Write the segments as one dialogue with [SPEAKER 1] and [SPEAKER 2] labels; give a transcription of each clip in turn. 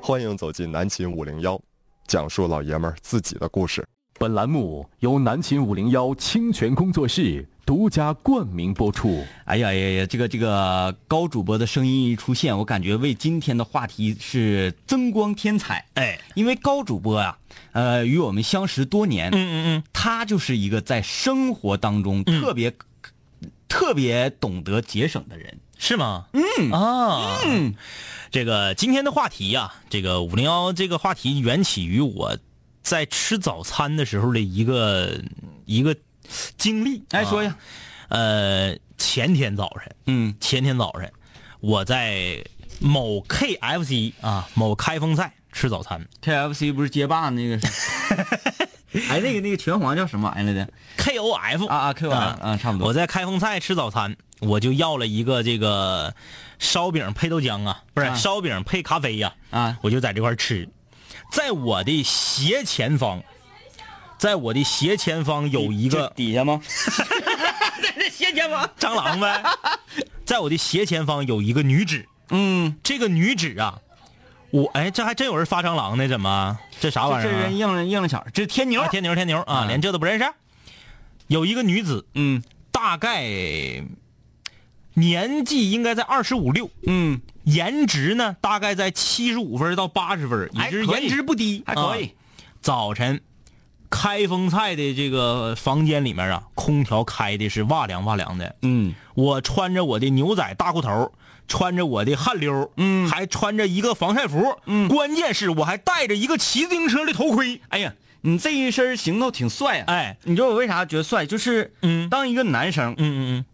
[SPEAKER 1] 欢迎走进南秦五零幺，讲述老爷们儿自己的故事。
[SPEAKER 2] 本栏目由南秦五零幺清泉工作室独家冠名播出。
[SPEAKER 3] 哎呀呀呀！这个这个高主播的声音一出现，我感觉为今天的话题是增光添彩。
[SPEAKER 4] 哎，
[SPEAKER 3] 因为高主播啊，呃，与我们相识多年，
[SPEAKER 4] 嗯嗯
[SPEAKER 3] 他就是一个在生活当中特别、特别懂得节省的人。
[SPEAKER 4] 嗯，是吗？嗯啊，嗯，这个今天的话题呀、这个五零幺这个话题缘起于我在吃早餐的时候的一个一个经历。
[SPEAKER 3] 哎，说
[SPEAKER 4] 呀、
[SPEAKER 3] 呀，
[SPEAKER 4] 呃，前天早晨，
[SPEAKER 3] 嗯
[SPEAKER 4] 前天早晨我在某 KFC 啊某开封菜吃早餐
[SPEAKER 3] ，KFC 不是街霸那个是？ 哎，那个那个拳皇叫什么玩意儿来着？
[SPEAKER 4] ，KOF
[SPEAKER 3] 啊啊，Q 啊啊，差不多。
[SPEAKER 4] 我在开封菜吃早餐，我就要了一个这个烧饼配豆浆啊，不是、
[SPEAKER 3] 啊
[SPEAKER 4] 烧饼配咖啡呀、
[SPEAKER 3] 啊
[SPEAKER 4] 我就在这块儿吃，在我的斜前方，在我的斜前方有一个
[SPEAKER 3] 底下吗？
[SPEAKER 4] 斜前方蟑 螂呗，在我的斜前方有一个女子，
[SPEAKER 3] 嗯，
[SPEAKER 4] 这个女子啊，我哎，这还真有人发蟑螂呢，怎么这啥玩意
[SPEAKER 3] 这
[SPEAKER 4] 儿啊、
[SPEAKER 3] 人应了应了巧，这是天牛
[SPEAKER 4] 啊。天牛天牛啊，
[SPEAKER 3] 嗯
[SPEAKER 4] 连这都不认识。有一个女子，
[SPEAKER 3] 嗯
[SPEAKER 4] 大概年纪应该在二十五六，
[SPEAKER 3] 嗯，
[SPEAKER 4] 颜值呢大概在七十五分到八十分，
[SPEAKER 3] 还
[SPEAKER 4] 也就是
[SPEAKER 3] 可以
[SPEAKER 4] 颜值不低，
[SPEAKER 3] 还可以
[SPEAKER 4] 啊。早晨，开封菜的这个房间里面啊，空调开的是哇凉哇凉的。
[SPEAKER 3] 嗯，
[SPEAKER 4] 我穿着我的牛仔大裤头，穿着我的汗溜，嗯，还穿着一个防晒服，嗯，关键是我还戴着一个骑自行车的头盔。
[SPEAKER 3] 哎呀，你这一身行头挺帅啊！
[SPEAKER 4] 哎，
[SPEAKER 3] 你知道我为啥觉得帅？就是，
[SPEAKER 4] 嗯
[SPEAKER 3] 当一个男生，
[SPEAKER 4] 嗯嗯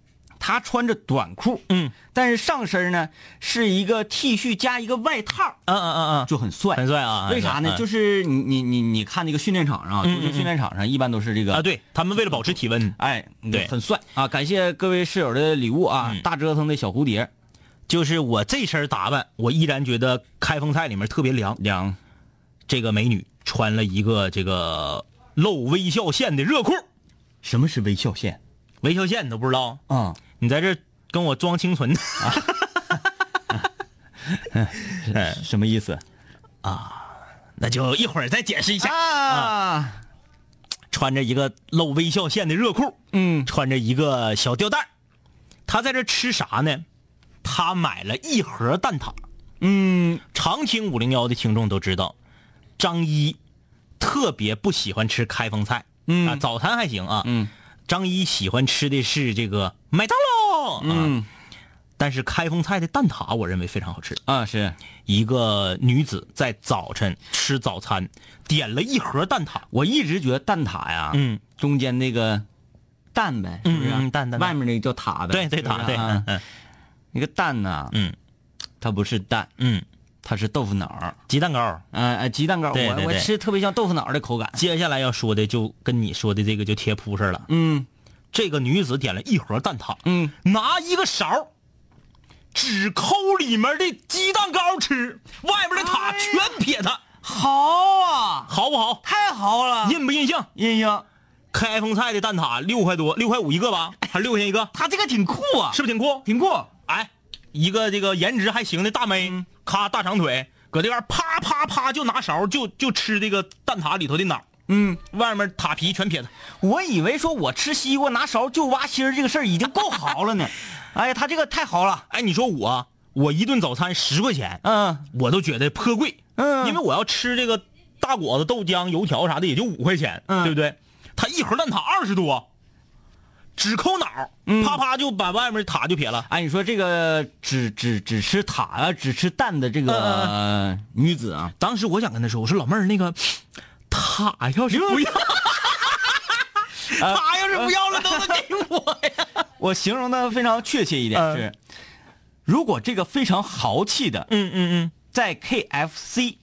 [SPEAKER 3] 他穿着短裤，
[SPEAKER 4] 嗯
[SPEAKER 3] 但是上身呢是一个 T 恤加一个外套，
[SPEAKER 4] 嗯嗯嗯嗯
[SPEAKER 3] 啊就很帅。哎
[SPEAKER 4] 嗯，很帅啊！
[SPEAKER 3] 为啥呢？就是是你你你你看那个训练场上啊，
[SPEAKER 4] 嗯
[SPEAKER 3] 足球训练场上一般都是这个
[SPEAKER 4] 啊，，对他们为了保持体温，
[SPEAKER 3] 哎，
[SPEAKER 4] 对
[SPEAKER 3] 很帅啊！感谢各位室友的礼物啊，
[SPEAKER 4] 嗯
[SPEAKER 3] 大折腾的小蝴蝶
[SPEAKER 4] 就是我这身打扮，我依然觉得开封菜里面特别凉。
[SPEAKER 3] 两
[SPEAKER 4] 这个美女穿了一个这个露微笑线的热裤，
[SPEAKER 3] 什么是微笑线
[SPEAKER 4] 微笑线你都不知道？
[SPEAKER 3] 啊？
[SPEAKER 4] 你在这儿跟我装清纯
[SPEAKER 3] 什么意思
[SPEAKER 4] 那就一会儿再解释一下。
[SPEAKER 3] 啊？
[SPEAKER 4] 穿着一个露微笑线的热裤，
[SPEAKER 3] 嗯
[SPEAKER 4] 穿着一个小吊带儿她在这吃啥呢？她买了一盒蛋挞。
[SPEAKER 3] 嗯，
[SPEAKER 4] 常听五零幺的听众都知道，张一特别不喜欢吃开封菜，
[SPEAKER 3] 嗯
[SPEAKER 4] 啊，早餐还行啊，
[SPEAKER 3] 嗯，
[SPEAKER 4] 张一喜欢吃的是这个麦当劳，啊，
[SPEAKER 3] 嗯
[SPEAKER 4] 但是开封菜的蛋挞我认为非常好吃。
[SPEAKER 3] 啊是
[SPEAKER 4] 一个女子在早晨吃早餐，点了一盒蛋挞，
[SPEAKER 3] 我一直觉得蛋挞呀，
[SPEAKER 4] 嗯，
[SPEAKER 3] 中间那个蛋呗，是
[SPEAKER 4] 嗯
[SPEAKER 3] 不是？
[SPEAKER 4] 嗯蛋蛋蛋
[SPEAKER 3] 外面那个叫塔呗，
[SPEAKER 4] 对对
[SPEAKER 3] 是不是
[SPEAKER 4] 挞对，
[SPEAKER 3] 啊
[SPEAKER 4] 嗯嗯
[SPEAKER 3] 那个蛋呐，
[SPEAKER 4] 嗯
[SPEAKER 3] 它不是蛋，
[SPEAKER 4] 嗯，
[SPEAKER 3] 它是豆腐脑儿，
[SPEAKER 4] 鸡蛋糕。
[SPEAKER 3] 呃呃，鸡蛋糕，
[SPEAKER 4] 对对
[SPEAKER 3] 我我
[SPEAKER 4] 对
[SPEAKER 3] 吃特别像豆腐脑儿的口感，
[SPEAKER 4] 接下来要说的就跟你说的这个就贴扑上了。
[SPEAKER 3] 嗯
[SPEAKER 4] 这个女子点了一盒蛋挞，
[SPEAKER 3] 嗯，
[SPEAKER 4] 拿一个勺儿，只抠里面的鸡蛋糕吃，外边的塔全撇它，
[SPEAKER 3] 好啊，
[SPEAKER 4] 好不好？
[SPEAKER 3] 太好了，
[SPEAKER 4] 印不印象？
[SPEAKER 3] 印英，
[SPEAKER 4] 开封菜的蛋挞六块多，六块五一个吧，还是六块钱一个？
[SPEAKER 3] 它这个挺酷啊，
[SPEAKER 4] 是不是挺酷？
[SPEAKER 3] 挺酷，
[SPEAKER 4] 哎，一个这个颜值还行的大
[SPEAKER 3] 嗯
[SPEAKER 4] 妹，咔大长腿，搁这边啪啪啪就拿勺就就吃这个蛋挞里头的脑，
[SPEAKER 3] 嗯，
[SPEAKER 4] 外面塔皮全撇它。
[SPEAKER 3] 我以为说我吃西瓜拿勺就挖芯儿这个事儿已经够豪 了呢， 哎呀，它这个太豪了，
[SPEAKER 4] 哎，你说我我一顿早餐十块钱，
[SPEAKER 3] 嗯
[SPEAKER 4] 我都觉得颇贵，
[SPEAKER 3] 嗯
[SPEAKER 4] 因为我要吃这个大果子、豆浆、油条啥的，也就五块钱，
[SPEAKER 3] 嗯
[SPEAKER 4] 对不对？他一盒蛋挞二十多，只抠脑儿，
[SPEAKER 3] 嗯
[SPEAKER 4] 啪啪就把外面塔就撇了。
[SPEAKER 3] 哎，你说这个只只只吃塔啊，只吃蛋的这个、呃女子啊，
[SPEAKER 4] 嗯当时我想跟他说，我说老妹儿，那个塔要是不要，
[SPEAKER 3] 呃
[SPEAKER 4] 塔要是不要了，能不能给我呀？
[SPEAKER 3] 我形容的非常确切一点
[SPEAKER 4] 嗯
[SPEAKER 3] 是，如果这个非常豪气的
[SPEAKER 4] 嗯嗯
[SPEAKER 3] 在 KFC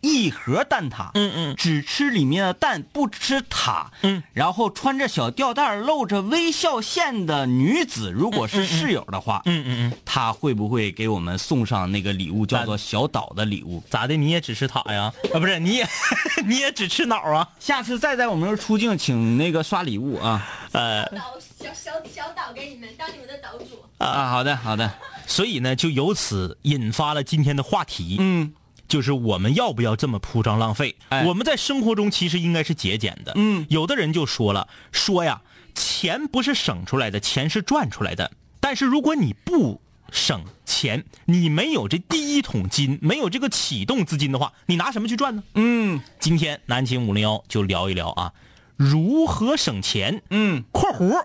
[SPEAKER 3] 一盒蛋挞，
[SPEAKER 4] 嗯嗯
[SPEAKER 3] 只吃里面的蛋不吃塔，
[SPEAKER 4] 嗯，
[SPEAKER 3] 然后穿着小吊带儿露着微笑线的女子，如果是室友的话，
[SPEAKER 4] 嗯嗯嗯，
[SPEAKER 3] 她会不会给我们送上那个礼物，叫做小岛的礼物？
[SPEAKER 4] 咋的？你也只吃塔呀？啊，不是，你也 你也只吃脑啊？
[SPEAKER 3] 下次再在我们这儿出镜，请那个刷礼物啊。
[SPEAKER 4] 呃，
[SPEAKER 5] 岛小小小岛给你们当你们的岛主。
[SPEAKER 3] 啊啊，好的好的，
[SPEAKER 4] 所以呢，就由此引发了今天的话题。
[SPEAKER 3] 嗯
[SPEAKER 4] 就是我们要不要这么铺张浪费？
[SPEAKER 3] 哎
[SPEAKER 4] 我们在生活中其实应该是节俭的。
[SPEAKER 3] 嗯
[SPEAKER 4] 有的人就说了，说呀，钱不是省出来的，钱是赚出来的。但是如果你不省钱，你没有这第一桶金，没有这个启动资金的话，你拿什么去赚呢？
[SPEAKER 3] 嗯
[SPEAKER 4] 今天南秦五零幺就聊一聊啊，如何省钱。
[SPEAKER 3] 嗯，
[SPEAKER 4] （括弧）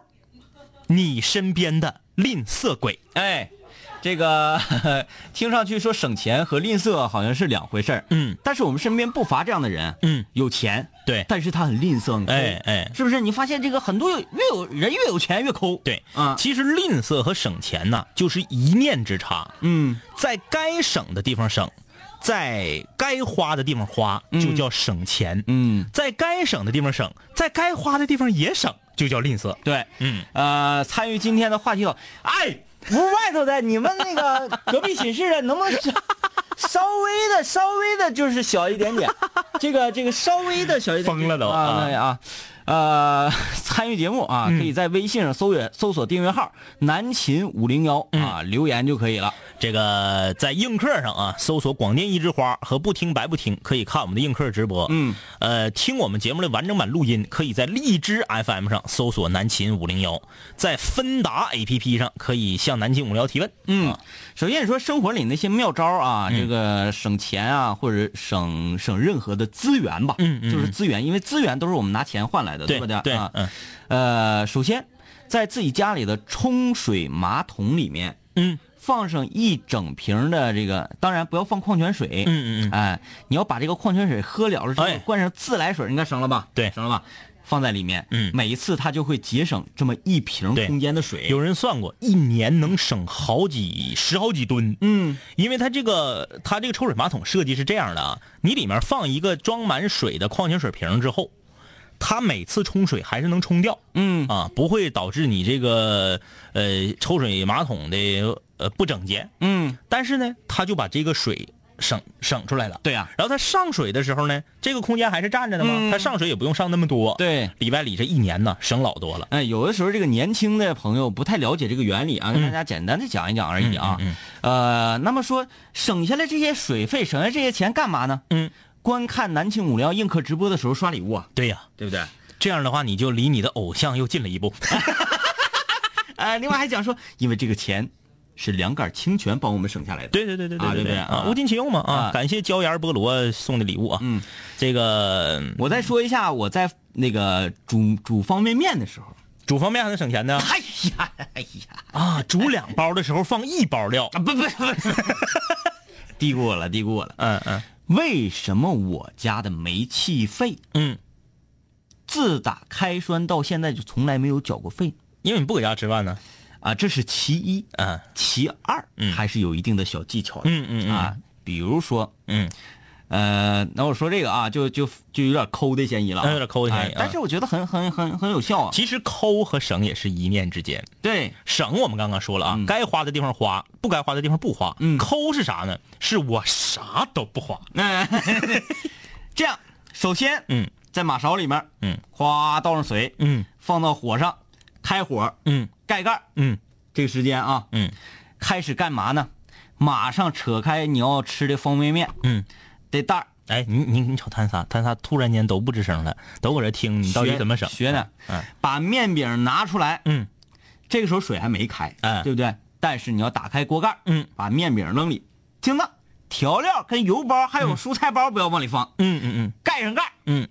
[SPEAKER 4] 你身边的吝啬鬼。
[SPEAKER 3] 哎，这个 听上去说省钱和吝啬好像是两回事儿，
[SPEAKER 4] 嗯
[SPEAKER 3] 但是我们身边不乏这样的人，
[SPEAKER 4] 嗯，
[SPEAKER 3] 有钱，
[SPEAKER 4] 对
[SPEAKER 3] 但是他很吝啬，很抠
[SPEAKER 4] 哎哎
[SPEAKER 3] 是不是？你发现这个很多有越有人越有钱越抠，
[SPEAKER 4] 对，
[SPEAKER 3] 啊，
[SPEAKER 4] 其实吝啬和省钱呐，就是一念之差。
[SPEAKER 3] 嗯，
[SPEAKER 4] 在该省的地方省，在该花的地方花，就叫省钱。
[SPEAKER 3] 嗯，
[SPEAKER 4] 在该省的地方省，在该花的地方也省，就叫吝啬。
[SPEAKER 3] 对，
[SPEAKER 4] 嗯，
[SPEAKER 3] 呃，参与今天的话题讨，哎，屋外头的你们那 个隔壁寝室的，能不能稍稍微的、稍微的，就是小一 点点，这个这个稍微的小一点点
[SPEAKER 4] 疯了都
[SPEAKER 3] 啊
[SPEAKER 4] 啊嗯
[SPEAKER 3] 哎呀呃，参与节目啊，可以在微信上搜索搜索订阅号“南秦五零幺”
[SPEAKER 4] 嗯
[SPEAKER 3] 啊，留言就可以了。
[SPEAKER 4] 这个在映客上啊，搜索“广电一枝花”和“不听白不听”，可以看我们的映客直播。
[SPEAKER 3] 嗯，
[SPEAKER 4] 呃，听我们节目的完整版录音，可以在荔枝 FM 上搜索“南秦五零幺”，在芬达 APP 上可以向南秦五零幺提问。
[SPEAKER 3] 嗯，首先你说生活里那些妙招啊，
[SPEAKER 4] 嗯
[SPEAKER 3] 这个省钱啊，或者省省任何的资源吧，
[SPEAKER 4] 嗯嗯
[SPEAKER 3] 就是资源，因为资源都是我们拿钱换来的，
[SPEAKER 4] 对
[SPEAKER 3] 不对？
[SPEAKER 4] 对
[SPEAKER 3] 啊，
[SPEAKER 4] 嗯
[SPEAKER 3] 呃，首先在自己家里的冲水马桶里面
[SPEAKER 4] 嗯
[SPEAKER 3] 放上一整瓶的这个，当然不要放矿泉水，
[SPEAKER 4] 嗯嗯嗯，
[SPEAKER 3] 哎，你要把这个矿泉水喝了了之后
[SPEAKER 4] 哎，
[SPEAKER 3] 灌上自来水，应该省了吧？
[SPEAKER 4] 对
[SPEAKER 3] 省了吧？放在里面，
[SPEAKER 4] 嗯
[SPEAKER 3] 每一次它就会节省这么一瓶
[SPEAKER 4] 对
[SPEAKER 3] 空间的水，
[SPEAKER 4] 有人算过，一年能省好几十好几吨。
[SPEAKER 3] 嗯，
[SPEAKER 4] 因为它这个它这个抽水马桶设计是这样的啊，你里面放一个装满水的矿泉水瓶之后，它每次冲水还是能冲掉。
[SPEAKER 3] 嗯
[SPEAKER 4] 啊，不会导致你这个呃抽水马桶的呃不整洁。
[SPEAKER 3] 嗯，
[SPEAKER 4] 但是呢，他就把这个水省省出来了。
[SPEAKER 3] 对呀啊
[SPEAKER 4] 然后他上水的时候呢，这个空间还是占着的嘛，
[SPEAKER 3] 嗯
[SPEAKER 4] 他上水也不用上那么多。，
[SPEAKER 3] 对。
[SPEAKER 4] 里外里这一年呢，省老多了。
[SPEAKER 3] 哎，有的时候这个年轻的朋友不太了解这个原理啊，跟大家简单的讲一讲而已啊。
[SPEAKER 4] 嗯嗯嗯
[SPEAKER 3] 呃，那么说省下来这些水费，省下来这些钱干嘛呢？
[SPEAKER 4] 嗯，
[SPEAKER 3] 观看南庆五零幺映客直播的时候刷礼物啊，
[SPEAKER 4] 对呀，
[SPEAKER 3] 对不对？
[SPEAKER 4] 这样的话你就离你的偶像又近了一步。
[SPEAKER 3] 哎，另外还讲说，因为这个钱是两杆清泉帮我们省下来的。，
[SPEAKER 4] 对对对对
[SPEAKER 3] 啊对
[SPEAKER 4] 对
[SPEAKER 3] 不对啊
[SPEAKER 4] 啊，物尽其用嘛
[SPEAKER 3] 啊
[SPEAKER 4] 啊！感谢椒盐菠萝送的礼物啊。
[SPEAKER 3] 嗯，
[SPEAKER 4] 这个
[SPEAKER 3] 我再说一下，我在那个煮煮方便面的 时候，
[SPEAKER 4] 煮方便还能省钱呢
[SPEAKER 3] 哎呀，哎呀，
[SPEAKER 4] 啊！煮两包的时候放一包料。
[SPEAKER 3] 啊不不 不，低估我了，低估我了。
[SPEAKER 4] 嗯嗯
[SPEAKER 3] 为什么我家的煤气费？
[SPEAKER 4] 嗯，
[SPEAKER 3] 自打开栓到现在就从来没有缴过费
[SPEAKER 4] 因为你不搁家吃饭呢。
[SPEAKER 3] 啊，这是其一。
[SPEAKER 4] 嗯
[SPEAKER 3] 其二，
[SPEAKER 4] 嗯
[SPEAKER 3] 还是有一定的小技巧的。
[SPEAKER 4] 嗯嗯嗯
[SPEAKER 3] 啊，比如说，
[SPEAKER 4] 嗯
[SPEAKER 3] 呃，那我说这个啊，就就就有点抠的嫌疑了啊，
[SPEAKER 4] 哎有点抠的嫌
[SPEAKER 3] 哎
[SPEAKER 4] 疑啊
[SPEAKER 3] 但是我觉得很很很很有效啊。
[SPEAKER 4] 其实抠和省也是一念之间。
[SPEAKER 3] 对，
[SPEAKER 4] 省我们刚刚说了啊，
[SPEAKER 3] 嗯
[SPEAKER 4] 该花的地方花，不该花的地方不花。
[SPEAKER 3] 嗯
[SPEAKER 4] 抠是啥呢？是我啥都不花。
[SPEAKER 3] 那这样，首先，
[SPEAKER 4] 嗯
[SPEAKER 3] 在马勺里面，
[SPEAKER 4] 嗯，
[SPEAKER 3] 哗倒上水，
[SPEAKER 4] 嗯
[SPEAKER 3] 放到火上，开火，
[SPEAKER 4] 嗯
[SPEAKER 3] 盖盖儿，
[SPEAKER 4] 嗯
[SPEAKER 3] 这个时间啊，
[SPEAKER 4] 嗯
[SPEAKER 3] 开始干嘛呢？马上扯开你要吃的方便面
[SPEAKER 4] 嗯。
[SPEAKER 3] 的袋儿，
[SPEAKER 4] 哎，你你你瞅谭仨，谭仨突然间都不吱声了，都搁这听你到底
[SPEAKER 3] 学
[SPEAKER 4] 怎么省？
[SPEAKER 3] 学呢？
[SPEAKER 4] 嗯
[SPEAKER 3] 把面饼拿出来，
[SPEAKER 4] 嗯
[SPEAKER 3] 这个时候水还没开，
[SPEAKER 4] 哎
[SPEAKER 3] 对不对？但是你要打开锅盖，
[SPEAKER 4] 嗯，
[SPEAKER 3] 把面饼扔里，听到调料跟油包还有蔬菜包不要往里放，
[SPEAKER 4] 嗯嗯嗯
[SPEAKER 3] 盖上盖。
[SPEAKER 4] 嗯，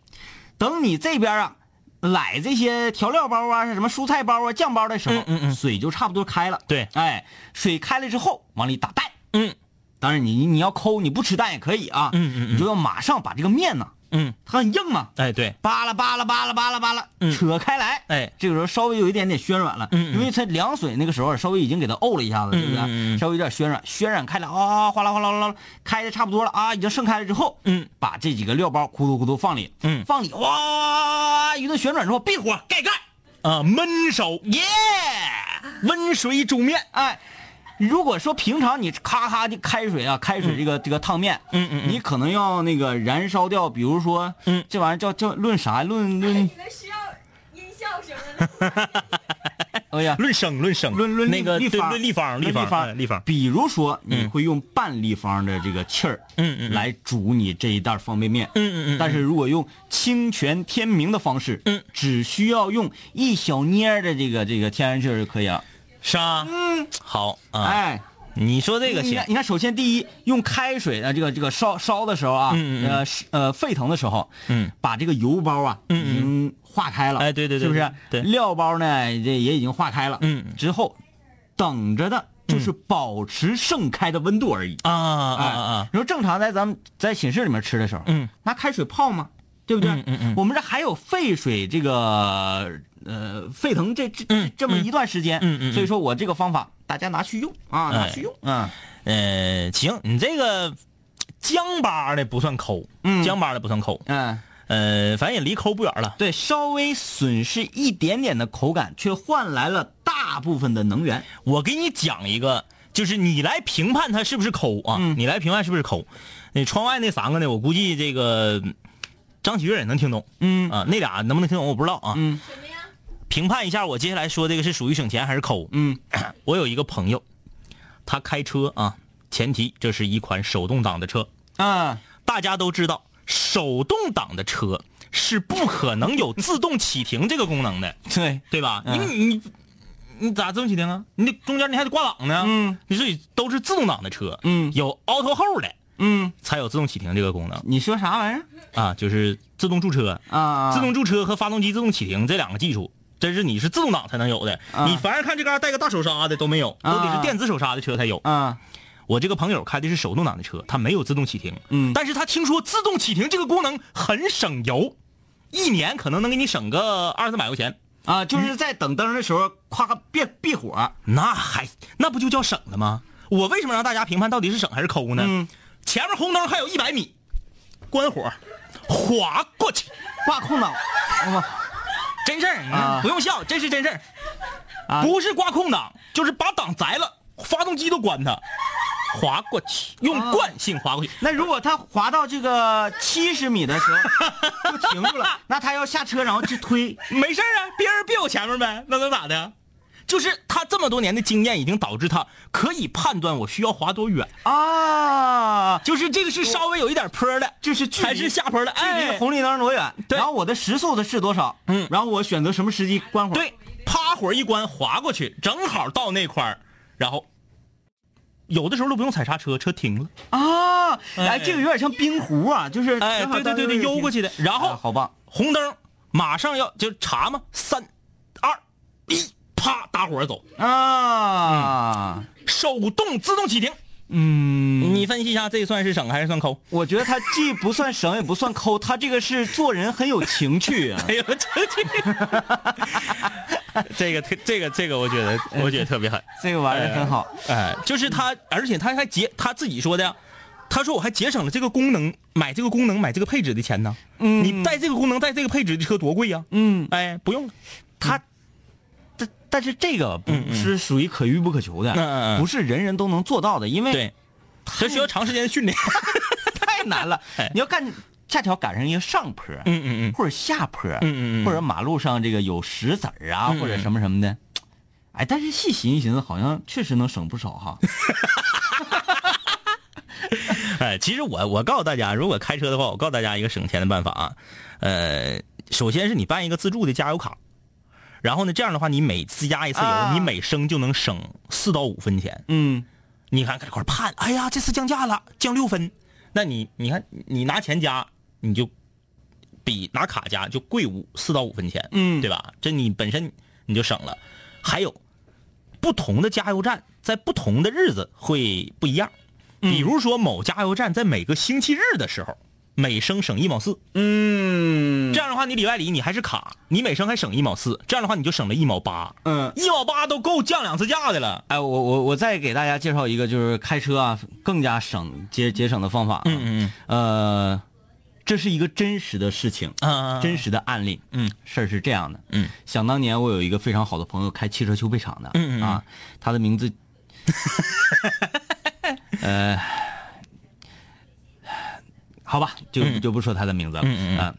[SPEAKER 3] 等你这边啊，来这些调料包啊、什么蔬菜包啊、酱包的时候，
[SPEAKER 4] 嗯嗯嗯
[SPEAKER 3] 水就差不多开了。
[SPEAKER 4] 对
[SPEAKER 3] 哎，水开了之后往里打蛋。
[SPEAKER 4] 嗯，
[SPEAKER 3] 当然你你要抠，你不吃蛋也可以啊。
[SPEAKER 4] 嗯嗯嗯
[SPEAKER 3] 你就要马上把这个面呢，
[SPEAKER 4] 嗯，
[SPEAKER 3] 它很硬嘛，
[SPEAKER 4] 哎对，
[SPEAKER 3] 扒拉扒拉扒拉扒拉扒拉，
[SPEAKER 4] 嗯
[SPEAKER 3] 扯开来。
[SPEAKER 4] 哎
[SPEAKER 3] 这个时候稍微有一点点暄软了，
[SPEAKER 4] 嗯嗯
[SPEAKER 3] 因为它凉水那个时候稍微已经给它沤了一下子，对不对？
[SPEAKER 4] 嗯嗯嗯
[SPEAKER 3] 稍微有点暄软，暄软开了啊，哗啦哗啦哗啦，开的差不多了啊，已经盛开了之后，
[SPEAKER 4] 嗯，
[SPEAKER 3] 把这几个料包咕嘟咕嘟放里，
[SPEAKER 4] 嗯
[SPEAKER 3] 放里哇一顿旋转之后，闭火盖盖，
[SPEAKER 4] 啊焖烧
[SPEAKER 3] 耶，
[SPEAKER 4] 温水煮面，
[SPEAKER 3] 哎。如果说平常你咔咔的开水啊，开水这个、这个烫面，
[SPEAKER 4] 嗯嗯嗯
[SPEAKER 3] 你可能要那个燃烧掉，比如说，
[SPEAKER 4] 嗯
[SPEAKER 3] 嗯
[SPEAKER 5] 哎
[SPEAKER 3] 这玩意儿叫叫论啥？论论
[SPEAKER 5] 你们需要音效什么的？
[SPEAKER 6] 哎呀
[SPEAKER 4] 论升论升，
[SPEAKER 3] 论论
[SPEAKER 4] 那个
[SPEAKER 3] 立
[SPEAKER 4] 对
[SPEAKER 3] 方
[SPEAKER 4] 论立方
[SPEAKER 3] 论
[SPEAKER 4] 立
[SPEAKER 3] 立
[SPEAKER 4] 方哎
[SPEAKER 3] 方
[SPEAKER 4] 立方，
[SPEAKER 3] 比如说你
[SPEAKER 4] 嗯
[SPEAKER 3] 会用半立方的这个气儿，
[SPEAKER 4] 嗯嗯嗯
[SPEAKER 3] 来煮你这一袋方便面，
[SPEAKER 4] 嗯嗯嗯
[SPEAKER 3] 但是如果用清泉天明的方式，
[SPEAKER 4] 嗯，
[SPEAKER 3] 只需要用一小捏儿的这个这个天然气儿就可以了。
[SPEAKER 4] 是啊，嗯，好啊，
[SPEAKER 3] 哎，嗯
[SPEAKER 4] 你说这个
[SPEAKER 3] 你
[SPEAKER 4] 行
[SPEAKER 3] 看，，你看，首先第一，用开水啊，这个这个烧烧的时候啊，
[SPEAKER 4] 嗯嗯嗯
[SPEAKER 3] 呃是呃沸腾的时候，
[SPEAKER 4] 嗯，
[SPEAKER 3] 把这个油包啊，
[SPEAKER 4] 嗯嗯
[SPEAKER 3] 已经化开了，
[SPEAKER 4] 哎对对对
[SPEAKER 3] 是不是？
[SPEAKER 4] 对
[SPEAKER 3] 料包呢，这也已经化开了，
[SPEAKER 4] 嗯嗯
[SPEAKER 3] 之后等着的就是保持盛开的温度而已。
[SPEAKER 4] 啊啊
[SPEAKER 3] 哎
[SPEAKER 4] 啊啊，
[SPEAKER 3] 你说正常在咱们在寝室里面吃的时候，
[SPEAKER 4] 嗯，
[SPEAKER 3] 拿开水泡嘛，对不对？
[SPEAKER 4] 嗯嗯嗯
[SPEAKER 3] 我们这还有沸水这个呃沸腾这这、
[SPEAKER 4] 嗯
[SPEAKER 3] 这么一段时间，
[SPEAKER 4] 嗯嗯嗯
[SPEAKER 3] 所以说我这个方法大家拿去用啊，拿
[SPEAKER 4] 哎
[SPEAKER 3] 去用，嗯。
[SPEAKER 4] 呃，行，你这个姜巴的不算抠，
[SPEAKER 3] 嗯
[SPEAKER 4] 姜巴的不算抠，
[SPEAKER 3] 嗯，
[SPEAKER 4] 呃，反正也离抠不远了。
[SPEAKER 3] 对，稍微损失一点点的口感，却换来了大部分的能源。
[SPEAKER 4] 我给你讲一个，就是你来评判它是不是抠啊？
[SPEAKER 3] 嗯
[SPEAKER 4] 你来评判是不是抠？那窗外那三个呢？我估计这个张喜悦也能听懂
[SPEAKER 3] 嗯
[SPEAKER 4] 啊。那俩能不能听懂我不知道啊。
[SPEAKER 3] 嗯
[SPEAKER 5] 什么呀？
[SPEAKER 4] 评判一下我接下来说这个是属于省钱还是抠？
[SPEAKER 3] 嗯
[SPEAKER 4] 我有一个朋友，他开车啊，前提这是一款手动挡的车。
[SPEAKER 3] 啊，
[SPEAKER 4] 大家都知道，手动挡的车是不可能有自动启停这个功 能的，
[SPEAKER 3] 对，
[SPEAKER 4] 对吧？
[SPEAKER 3] 嗯
[SPEAKER 4] 因为你你咋自动启停啊？你得中间你还得挂档呢。
[SPEAKER 3] 嗯，
[SPEAKER 4] 你说都是自动挡的车，
[SPEAKER 3] 嗯
[SPEAKER 4] 有 Auto Hold 的
[SPEAKER 3] 嗯，
[SPEAKER 4] 才有自动启停这个功能
[SPEAKER 3] 你说啥玩意儿
[SPEAKER 4] 啊，就是自动驻车、
[SPEAKER 3] 啊？
[SPEAKER 4] 自动驻车和发动机自动启停这两个技术。真是你是自动挡才能有的，
[SPEAKER 3] 啊
[SPEAKER 4] 你凡是看这嘎带个大手刹的都没有，都得是
[SPEAKER 3] 啊
[SPEAKER 4] 电子手刹的车才有。
[SPEAKER 3] 啊，
[SPEAKER 4] 我这个朋友开的是手动挡的车，他没有自动启停，
[SPEAKER 3] 嗯
[SPEAKER 4] 但是他听说自动启停这个功能很省油，一年可能能给你省个二三百块钱，
[SPEAKER 3] 啊，就是在等灯的时候，夸个别避火。
[SPEAKER 4] 那还那不就叫省了吗？我为什么让大家评判到底是省还是抠呢？
[SPEAKER 3] 嗯
[SPEAKER 4] 前面红灯还有一百米，关火，划过去，
[SPEAKER 3] 挂空档，哇
[SPEAKER 4] 真事儿，
[SPEAKER 3] 啊
[SPEAKER 4] 不用笑，这是真事儿，
[SPEAKER 3] 啊
[SPEAKER 4] 不是挂空档，就是把档摘了，发动机都关它，划过去，用
[SPEAKER 3] 啊
[SPEAKER 4] 惯性划过去。
[SPEAKER 3] 那如果他滑到这个七十米的时候就停住 了，那他要下车然后去推，
[SPEAKER 4] 没事儿啊，别人别有前面呗，那能咋的？就是他这么多年的经验已经导致他可以判断我需要滑多远，
[SPEAKER 3] 啊，
[SPEAKER 4] 就是这个是稍微有一点坡的，
[SPEAKER 3] 就是距离
[SPEAKER 4] 还是下坡的，
[SPEAKER 3] 距离
[SPEAKER 4] 哎，
[SPEAKER 3] 红绿灯多远？
[SPEAKER 4] 对
[SPEAKER 3] 然后我的时速的是多少？
[SPEAKER 4] 嗯
[SPEAKER 3] 然后我选择什么时机关火？，
[SPEAKER 4] 对，啪火一关滑过去，正好到那块儿，然后有的时候都不用踩刹车，车停了，
[SPEAKER 3] 啊，
[SPEAKER 4] 哎
[SPEAKER 3] 哎，这个有点像冰壶啊，就是
[SPEAKER 4] 哎，对对对对，悠过去的，然
[SPEAKER 3] 啊
[SPEAKER 4] 后
[SPEAKER 3] 好棒，
[SPEAKER 4] 红灯马上要就查嘛，三二一，啪打火走，
[SPEAKER 3] 嗯啊，
[SPEAKER 4] 手动自动启停，
[SPEAKER 3] 嗯，
[SPEAKER 4] 你分析一下这算是省还是算抠？。
[SPEAKER 3] 我觉得他既不算省也不算抠，他这个是做人很有情 趣啊
[SPEAKER 4] 哎呦，这这这个特这个这个，我觉得我觉得特别狠。
[SPEAKER 3] 这个玩意儿哎很好，
[SPEAKER 4] 哎，就是他，而且他还节他自己说的呀，他说我还节省了这个功能，买这个功能买这个配置的钱呢。嗯，你带这个功能带这个配置的车多贵呀、
[SPEAKER 3] 嗯，
[SPEAKER 4] 哎，不用了。
[SPEAKER 3] 他，但但是这个不
[SPEAKER 4] 嗯嗯
[SPEAKER 3] 是属于可遇不可求
[SPEAKER 4] 嗯嗯
[SPEAKER 3] 的，
[SPEAKER 4] 嗯
[SPEAKER 3] 不是人人都能做到的，因为
[SPEAKER 4] 对，这需要长时间的训练。
[SPEAKER 3] 太难 了
[SPEAKER 4] 哎。
[SPEAKER 3] 你要干恰巧赶上一个上坡，
[SPEAKER 4] 嗯嗯嗯，
[SPEAKER 3] 或者下坡，
[SPEAKER 4] 嗯嗯嗯
[SPEAKER 3] 或者马路上这个有石子儿啊，
[SPEAKER 4] 嗯嗯
[SPEAKER 3] 或者什么什么的。哎，但是细寻一寻，好像确实能省不少哈。
[SPEAKER 4] 哎，其实我我告诉大家，如果开车的话，我告诉大家一个省钱的办法啊，呃，首先是你办一个自助的加油卡，然后呢，这样的话，你每次加一次油，
[SPEAKER 3] 啊
[SPEAKER 4] 你每升就能省四到五分钱。
[SPEAKER 3] 嗯，
[SPEAKER 4] 你看，搁这块儿盼，哎呀，这次降价了，降六分。那你你看，你拿钱加，你就比拿卡加就贵五四到五分钱，
[SPEAKER 3] 嗯
[SPEAKER 4] 对吧？这你本身你就省了。还有，不同的加油站在不同的日子会不一样，
[SPEAKER 3] 嗯
[SPEAKER 4] 比如说某加油站在每个星期日的时候，每升省一毛四，
[SPEAKER 3] 嗯
[SPEAKER 4] 这样的话你里外里你还是卡，你每升还省一毛四，这样的话你就省了一毛八，
[SPEAKER 3] 嗯，
[SPEAKER 4] 一毛八都够降两次价的了。
[SPEAKER 3] 哎，我我我再给大家介绍一个，就是开车啊更加省节节省的方法、啊。
[SPEAKER 4] 嗯嗯
[SPEAKER 3] 呃，这是一个真实的事情，
[SPEAKER 4] 嗯啊，
[SPEAKER 3] 真实的案例。
[SPEAKER 4] 嗯，
[SPEAKER 3] 事儿是这样的。
[SPEAKER 4] 嗯，
[SPEAKER 3] 想当年我有一个非常好的朋友开汽车修配厂的。
[SPEAKER 4] 嗯嗯嗯
[SPEAKER 3] 啊，他的名 字，呃，好吧，就就不说他的名字了。
[SPEAKER 4] 嗯嗯嗯
[SPEAKER 3] 啊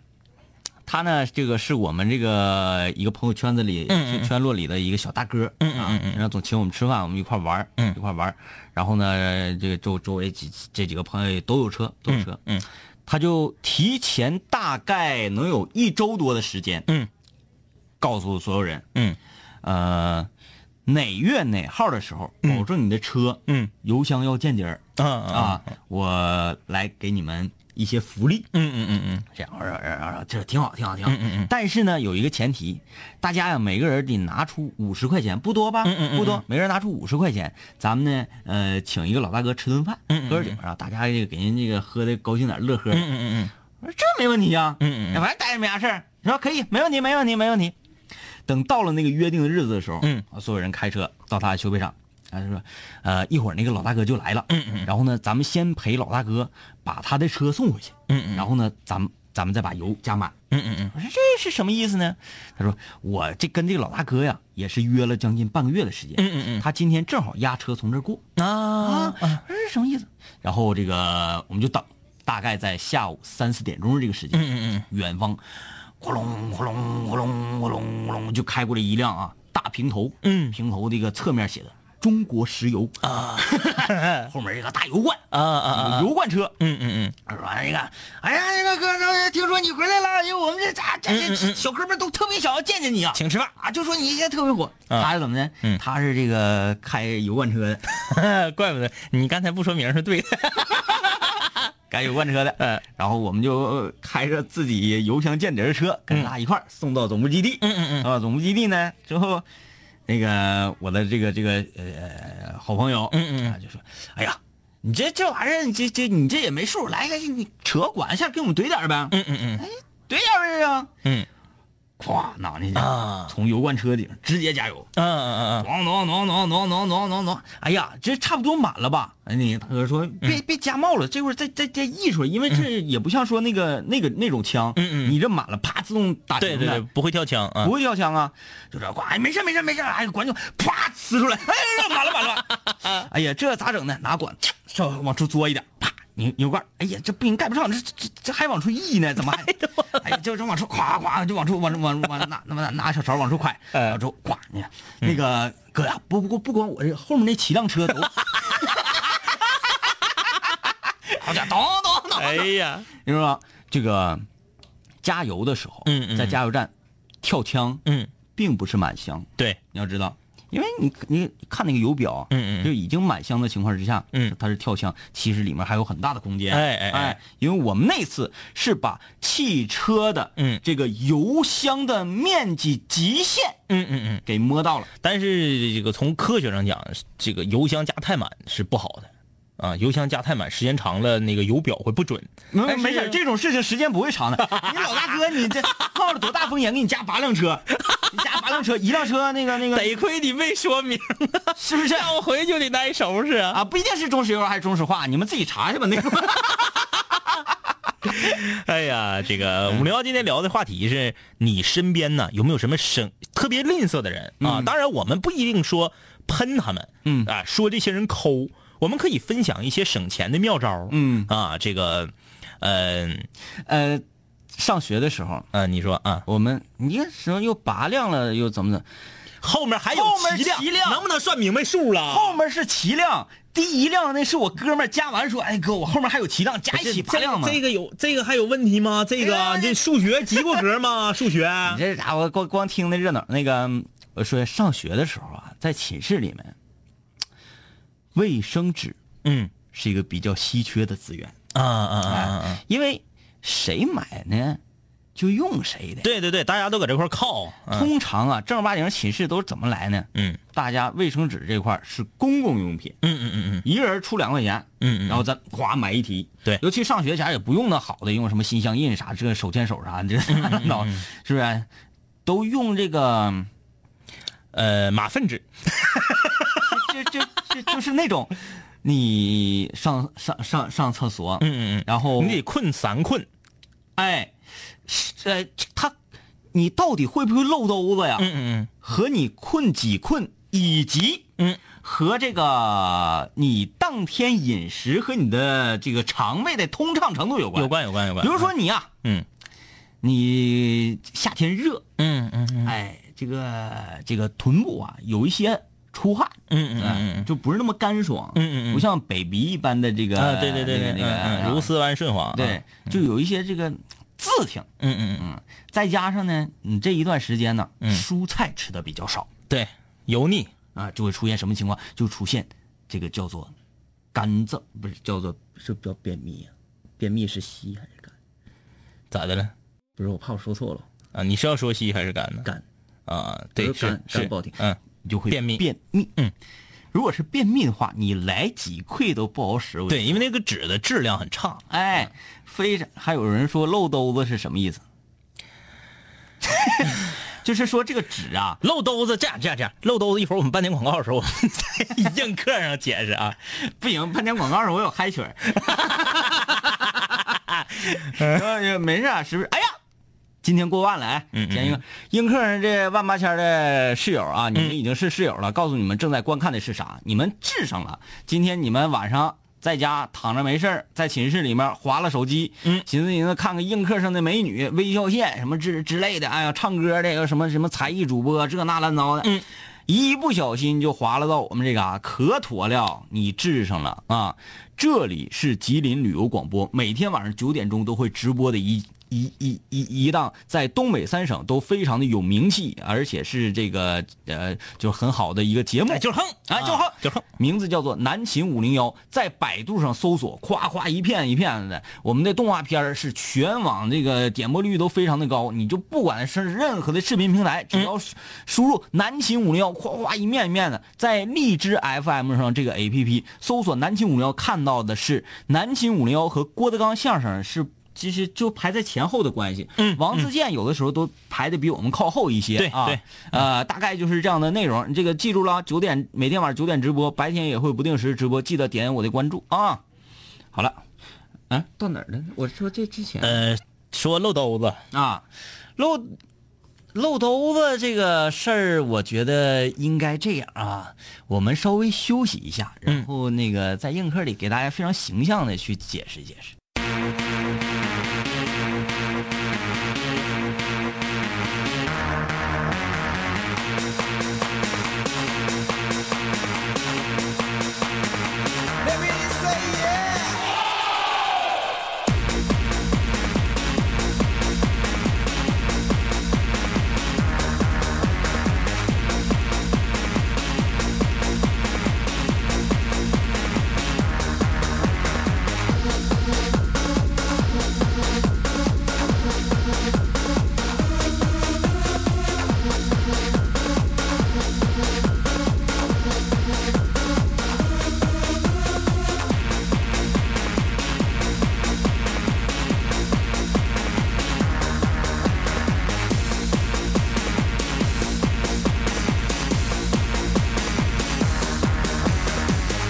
[SPEAKER 3] 他呢，这个是我们这个一个朋友圈子里、
[SPEAKER 4] 嗯
[SPEAKER 3] 圈落里的一个小大哥，嗯嗯嗯，然后总请我们吃饭，我们一块玩儿，
[SPEAKER 4] 嗯
[SPEAKER 3] 一块玩儿。然后呢，这个周周围几这几个朋友也都有车，都有车，嗯，他就提前大概能有一周多的时间，
[SPEAKER 4] 嗯，
[SPEAKER 3] 告诉所有人，
[SPEAKER 4] 嗯，
[SPEAKER 3] 呃，哪月哪号的时候，保证你的车，
[SPEAKER 4] 嗯，
[SPEAKER 3] 油箱要见底儿，
[SPEAKER 4] 啊
[SPEAKER 3] 啊，我来给你们一些福利，
[SPEAKER 4] 嗯嗯嗯嗯，
[SPEAKER 3] 这样，我说，我说，这挺好，挺好，挺好。但是呢，有一个前提，大家呀，每个人得拿出五十块钱，不多吧？
[SPEAKER 4] 嗯
[SPEAKER 3] 不多，每个人拿出五十块钱，咱们呢，呃，请一个老大哥吃顿饭，
[SPEAKER 4] 嗯
[SPEAKER 3] 喝点酒，然后大家这个给人这个喝的高兴点，乐呵。嗯嗯嗯，我说这没问题呀，嗯嗯，反正待着没啥事儿。你说可以，没问题，没问题，没问题。等到了那个约定的日子的时候，啊
[SPEAKER 4] 嗯，
[SPEAKER 3] 所有人开车到他的修配厂，他就说，呃，一会儿那个老大哥就来了，嗯嗯，然后呢，咱们先陪老大哥把他的车送回去，嗯嗯，然后呢，咱们咱们再把油加满，嗯嗯嗯，我说这是什么意思呢？他说我这跟这个老大哥呀也是约了将近半个月的时间，嗯嗯嗯，他今天正好押车从这儿过，
[SPEAKER 4] 啊
[SPEAKER 3] 啊，这是什么意思？然后这个我们就等，大概在下午三四点钟这个时间，嗯嗯远方呼隆呼隆呼隆呼隆呼隆就开过来一辆啊大平头，
[SPEAKER 4] 嗯
[SPEAKER 3] 平头这个侧面写的中国石油啊， 后面一个大油罐
[SPEAKER 4] 啊啊
[SPEAKER 3] 一
[SPEAKER 4] 啊
[SPEAKER 3] 个，油罐车，
[SPEAKER 4] 嗯嗯
[SPEAKER 3] 说完一个，哎呀，这个哥，这听说你回来了，哎因为我们这家这这小哥们儿都特别想要见见你啊，
[SPEAKER 4] 请吃饭
[SPEAKER 3] 啊，就说你现在特别火，他是怎么呢？他是这个开油罐车的。呃
[SPEAKER 4] 嗯，怪不得你刚才不说名是对的，
[SPEAKER 3] 改油罐车的，嗯，然后我们就呃开着自己油箱见底儿的车，跟他一块儿送到总部基地，嗯嗯嗯，啊，总部基地呢之后，那个我的这个这个呃好朋友，嗯嗯，啊就说，哎呀，你这这玩意儿，你这这你这也没数，来个你扯管一下，给我们怼点儿呗，嗯嗯嗯，哎，怼点儿呗啊，
[SPEAKER 4] 嗯，
[SPEAKER 3] 咵拿进去
[SPEAKER 4] 啊
[SPEAKER 3] 从油罐车顶直接加油，
[SPEAKER 4] 嗯嗯嗯
[SPEAKER 3] 挪挪挪挪挪挪挪挪挪，哎呀，这差不多满了吧？哎，那个大哥
[SPEAKER 4] 嗯
[SPEAKER 3] 说别别加冒了，这会儿再再再溢出来，因为这也不像说那个那个那种枪，
[SPEAKER 4] 嗯嗯
[SPEAKER 3] 你这满了啪自动打
[SPEAKER 4] 嗯，对
[SPEAKER 3] 停
[SPEAKER 4] 对对，
[SPEAKER 3] 的，
[SPEAKER 4] 不会跳枪啊
[SPEAKER 3] 不，会掉枪啊，就这呱，哎，没事没事没事，哎，管就啪呲出来，哎，这满了满了， 满了哎呀，这咋整呢？拿管稍微往出嘬一点，啪。牛牛罐，哎呀，这不行，盖不上，这这这还往出溢呢，怎么还？ 哎呀，就这往出咵咵，就往出往出往出往拿拿拿拿小勺往出 㧟，
[SPEAKER 4] 哎
[SPEAKER 3] 往出咵，你看
[SPEAKER 4] 嗯
[SPEAKER 3] 那个哥呀，不不不不光我这后面那七辆车 都，好家伙，咚咚咚，
[SPEAKER 4] 哎呀，
[SPEAKER 3] 你知道吗这个加油的时候，
[SPEAKER 4] 嗯嗯
[SPEAKER 3] 在加油站跳枪，
[SPEAKER 4] 嗯，
[SPEAKER 3] 并不是满箱，
[SPEAKER 4] 对，
[SPEAKER 3] 你要知道，因为你你看那个油表，啊
[SPEAKER 4] 嗯嗯
[SPEAKER 3] 就已经满箱的情况之下，
[SPEAKER 4] 嗯
[SPEAKER 3] 它是跳箱，其实里面还有很大的空间，
[SPEAKER 4] 哎哎哎
[SPEAKER 3] 哎，因为我们那次是把汽车的，
[SPEAKER 4] 嗯
[SPEAKER 3] 这个油箱的面积极限
[SPEAKER 4] 嗯嗯嗯，
[SPEAKER 3] 给摸到了，
[SPEAKER 4] 但是这个从科学上讲，这个油箱加太满是不好的。啊，油箱加太满，时间长了那个油表会不准。
[SPEAKER 3] 没
[SPEAKER 4] 但哎是
[SPEAKER 3] 没事儿，这种事情时间不会长的。 你老大哥，你这冒着多大风险给你加八辆 车，你加八辆车，一辆车那个那个
[SPEAKER 4] 得亏你没说明，
[SPEAKER 3] 是不是？
[SPEAKER 4] 让我回去就得挨收拾啊！
[SPEAKER 3] 啊，不一定是中石油还是中石化，你们自己查去吧。那 个
[SPEAKER 4] 哎呀，这个
[SPEAKER 3] 嗯
[SPEAKER 4] 五零幺今天聊的话题是你身边呢有没有什么省特别吝啬的人啊？当然，我们不一定说喷他们，
[SPEAKER 3] 嗯
[SPEAKER 4] 啊，说这些人抠，我们可以分享一些省钱的妙招，
[SPEAKER 3] 嗯
[SPEAKER 4] 啊，这个，嗯
[SPEAKER 3] 呃，上学的时候，
[SPEAKER 4] 呃，你说啊，
[SPEAKER 3] 我们你那时候又拔亮了，又怎么怎么？
[SPEAKER 4] 后面还有
[SPEAKER 3] 后面
[SPEAKER 4] 骑
[SPEAKER 3] 骑辆
[SPEAKER 4] 能不能算明白数了？
[SPEAKER 3] 后面是七辆，第一辆那是我哥们儿加完说，哎哥，我后面还有七辆，加一起拔亮嘛。
[SPEAKER 4] 这个有这个还有问题吗？这个你这数学及过格 吗？数学？
[SPEAKER 3] 哎你这家伙光光听那热闹，那个嗯我说上学的时候啊，在寝室里面，卫生纸
[SPEAKER 4] 嗯
[SPEAKER 3] 是一个比较稀缺的资源，哎
[SPEAKER 4] 啊啊啊啊啊！
[SPEAKER 3] 因为谁买呢，就用谁的。
[SPEAKER 4] 对对对，大家都搁这块儿靠，嗯
[SPEAKER 3] 通常啊，正儿八经寝室都是怎么来呢？
[SPEAKER 4] 嗯
[SPEAKER 3] 大家卫生纸这块儿是公共用品，
[SPEAKER 4] 嗯嗯嗯嗯
[SPEAKER 3] 一个人出两块钱，
[SPEAKER 4] 嗯嗯
[SPEAKER 3] 然后咱哗买一提。
[SPEAKER 4] 对
[SPEAKER 3] 尤其上学前也不用那好的，用什么心相印啥，这个手牵手啥，这
[SPEAKER 4] 嗯
[SPEAKER 3] 个 脑是不是？都用这个，
[SPEAKER 4] 呃，马粪纸，
[SPEAKER 3] 就就就就是那种，你上上上上厕所，
[SPEAKER 4] 嗯嗯
[SPEAKER 3] 然后
[SPEAKER 4] 嗯，你得困三困，
[SPEAKER 3] 哎，是呃，他你到底会不会漏兜子呀？
[SPEAKER 4] 嗯
[SPEAKER 3] 和你困几困，以及
[SPEAKER 4] 嗯
[SPEAKER 3] 和这个你当天饮食和你的这个肠胃的通畅程度有
[SPEAKER 4] 嗯，
[SPEAKER 3] 关。
[SPEAKER 4] 有。关有关有关，
[SPEAKER 3] 比如说你呀、
[SPEAKER 4] 嗯
[SPEAKER 3] 啊你夏天热，
[SPEAKER 4] 嗯嗯嗯
[SPEAKER 3] 哎，这个这个臀部啊有一些出汗，
[SPEAKER 4] 嗯嗯
[SPEAKER 3] 哎
[SPEAKER 4] 嗯嗯
[SPEAKER 3] 就不是那么干爽，
[SPEAKER 4] 嗯嗯嗯
[SPEAKER 3] 不像北鼻一般的这个，
[SPEAKER 4] 啊，对对对对，
[SPEAKER 3] 哎那个那
[SPEAKER 4] 嗯
[SPEAKER 3] 个
[SPEAKER 4] 嗯如丝嗯般顺滑，
[SPEAKER 3] 对，就有一些这个字挺，
[SPEAKER 4] 嗯嗯嗯，
[SPEAKER 3] 再加上呢，你这一段时间呢，
[SPEAKER 4] 嗯
[SPEAKER 3] 蔬菜吃的比较少
[SPEAKER 4] 对，油腻，
[SPEAKER 3] 啊，就会出现什么情况？就出现这个叫做干燥，不是叫做是不叫便秘呀、啊便秘是稀还是干？
[SPEAKER 4] 咋的了？
[SPEAKER 3] 不是，我怕我说错了，
[SPEAKER 4] 啊，你是要说稀还是干呢？
[SPEAKER 3] 干
[SPEAKER 4] 啊，对，
[SPEAKER 3] 不是
[SPEAKER 4] 是
[SPEAKER 3] 干
[SPEAKER 4] 是
[SPEAKER 3] 干不好听，
[SPEAKER 4] 嗯，
[SPEAKER 3] 你就会
[SPEAKER 4] 便秘
[SPEAKER 3] 便秘，嗯。如果是便秘的话，你来几溃都不好使。我
[SPEAKER 4] 对，因为嗯那个纸的质量很差，
[SPEAKER 3] 哎，非常还有人说漏兜子是什么意思？ 就是说这个纸啊，
[SPEAKER 4] 漏兜子，这样这样这样，漏兜子，一会儿我们半点广告的时候，我们 在硬课上解释啊。
[SPEAKER 3] 不行，半天广告上我有嗨曲 儿。然后就没事啊，是不是？哎呀，今天过万了，哎，
[SPEAKER 4] 嗯嗯嗯
[SPEAKER 3] 前一个映客上这万八千儿的室友啊，你们已经是室友了，告诉你们正在观看的是啥，你们治上了。今天你们晚上。在家躺着没事儿在寝室里面划了手机，
[SPEAKER 4] 嗯
[SPEAKER 3] 寻思寻思看看映客上的美女微笑线什么之之类的，哎呀，唱歌的有什么什么才艺主播这那乱糟的，
[SPEAKER 4] 嗯，
[SPEAKER 3] 一不小心就滑落到我们这嘎、可妥了，你治上了啊！这里是吉林旅游广播，每天晚上九点钟都会直播的一一一一一档，在东北三省都非常的有名气，而且是这个呃，就是很好的一个节目
[SPEAKER 4] 哎，，就是横，
[SPEAKER 3] 哎就是横
[SPEAKER 4] 就是横。
[SPEAKER 3] 名字叫做《南秦五零幺》，在百度上搜索，夸夸一片一片的。我们的动画片儿是全网这个点播率都非常的高，你就不管是任何的视频平台，只要输输入“南秦五零幺”，夸夸一面一面的，在荔枝 FM 上这个 APP 搜索“南秦五零幺”，看到的是“南秦五零幺”和郭德纲相声是。其实就排在前后的关系，嗯，王自健有的时候都排的比我们靠后一些，
[SPEAKER 4] 对
[SPEAKER 3] 啊，
[SPEAKER 4] 对
[SPEAKER 3] 呃，大概就是这样的内容，你这个记住了啊，九点每天晚上九点直播，白天也会不定时直播，记得点我的关注啊。好了，啊，到哪儿了呢？我说这之前、
[SPEAKER 4] 呃，说漏兜子，
[SPEAKER 3] 啊，漏漏兜子这个事儿，我觉得应该这样啊，我们稍微休息一下，然后那个在映客里给大家非常形象的去解释解释。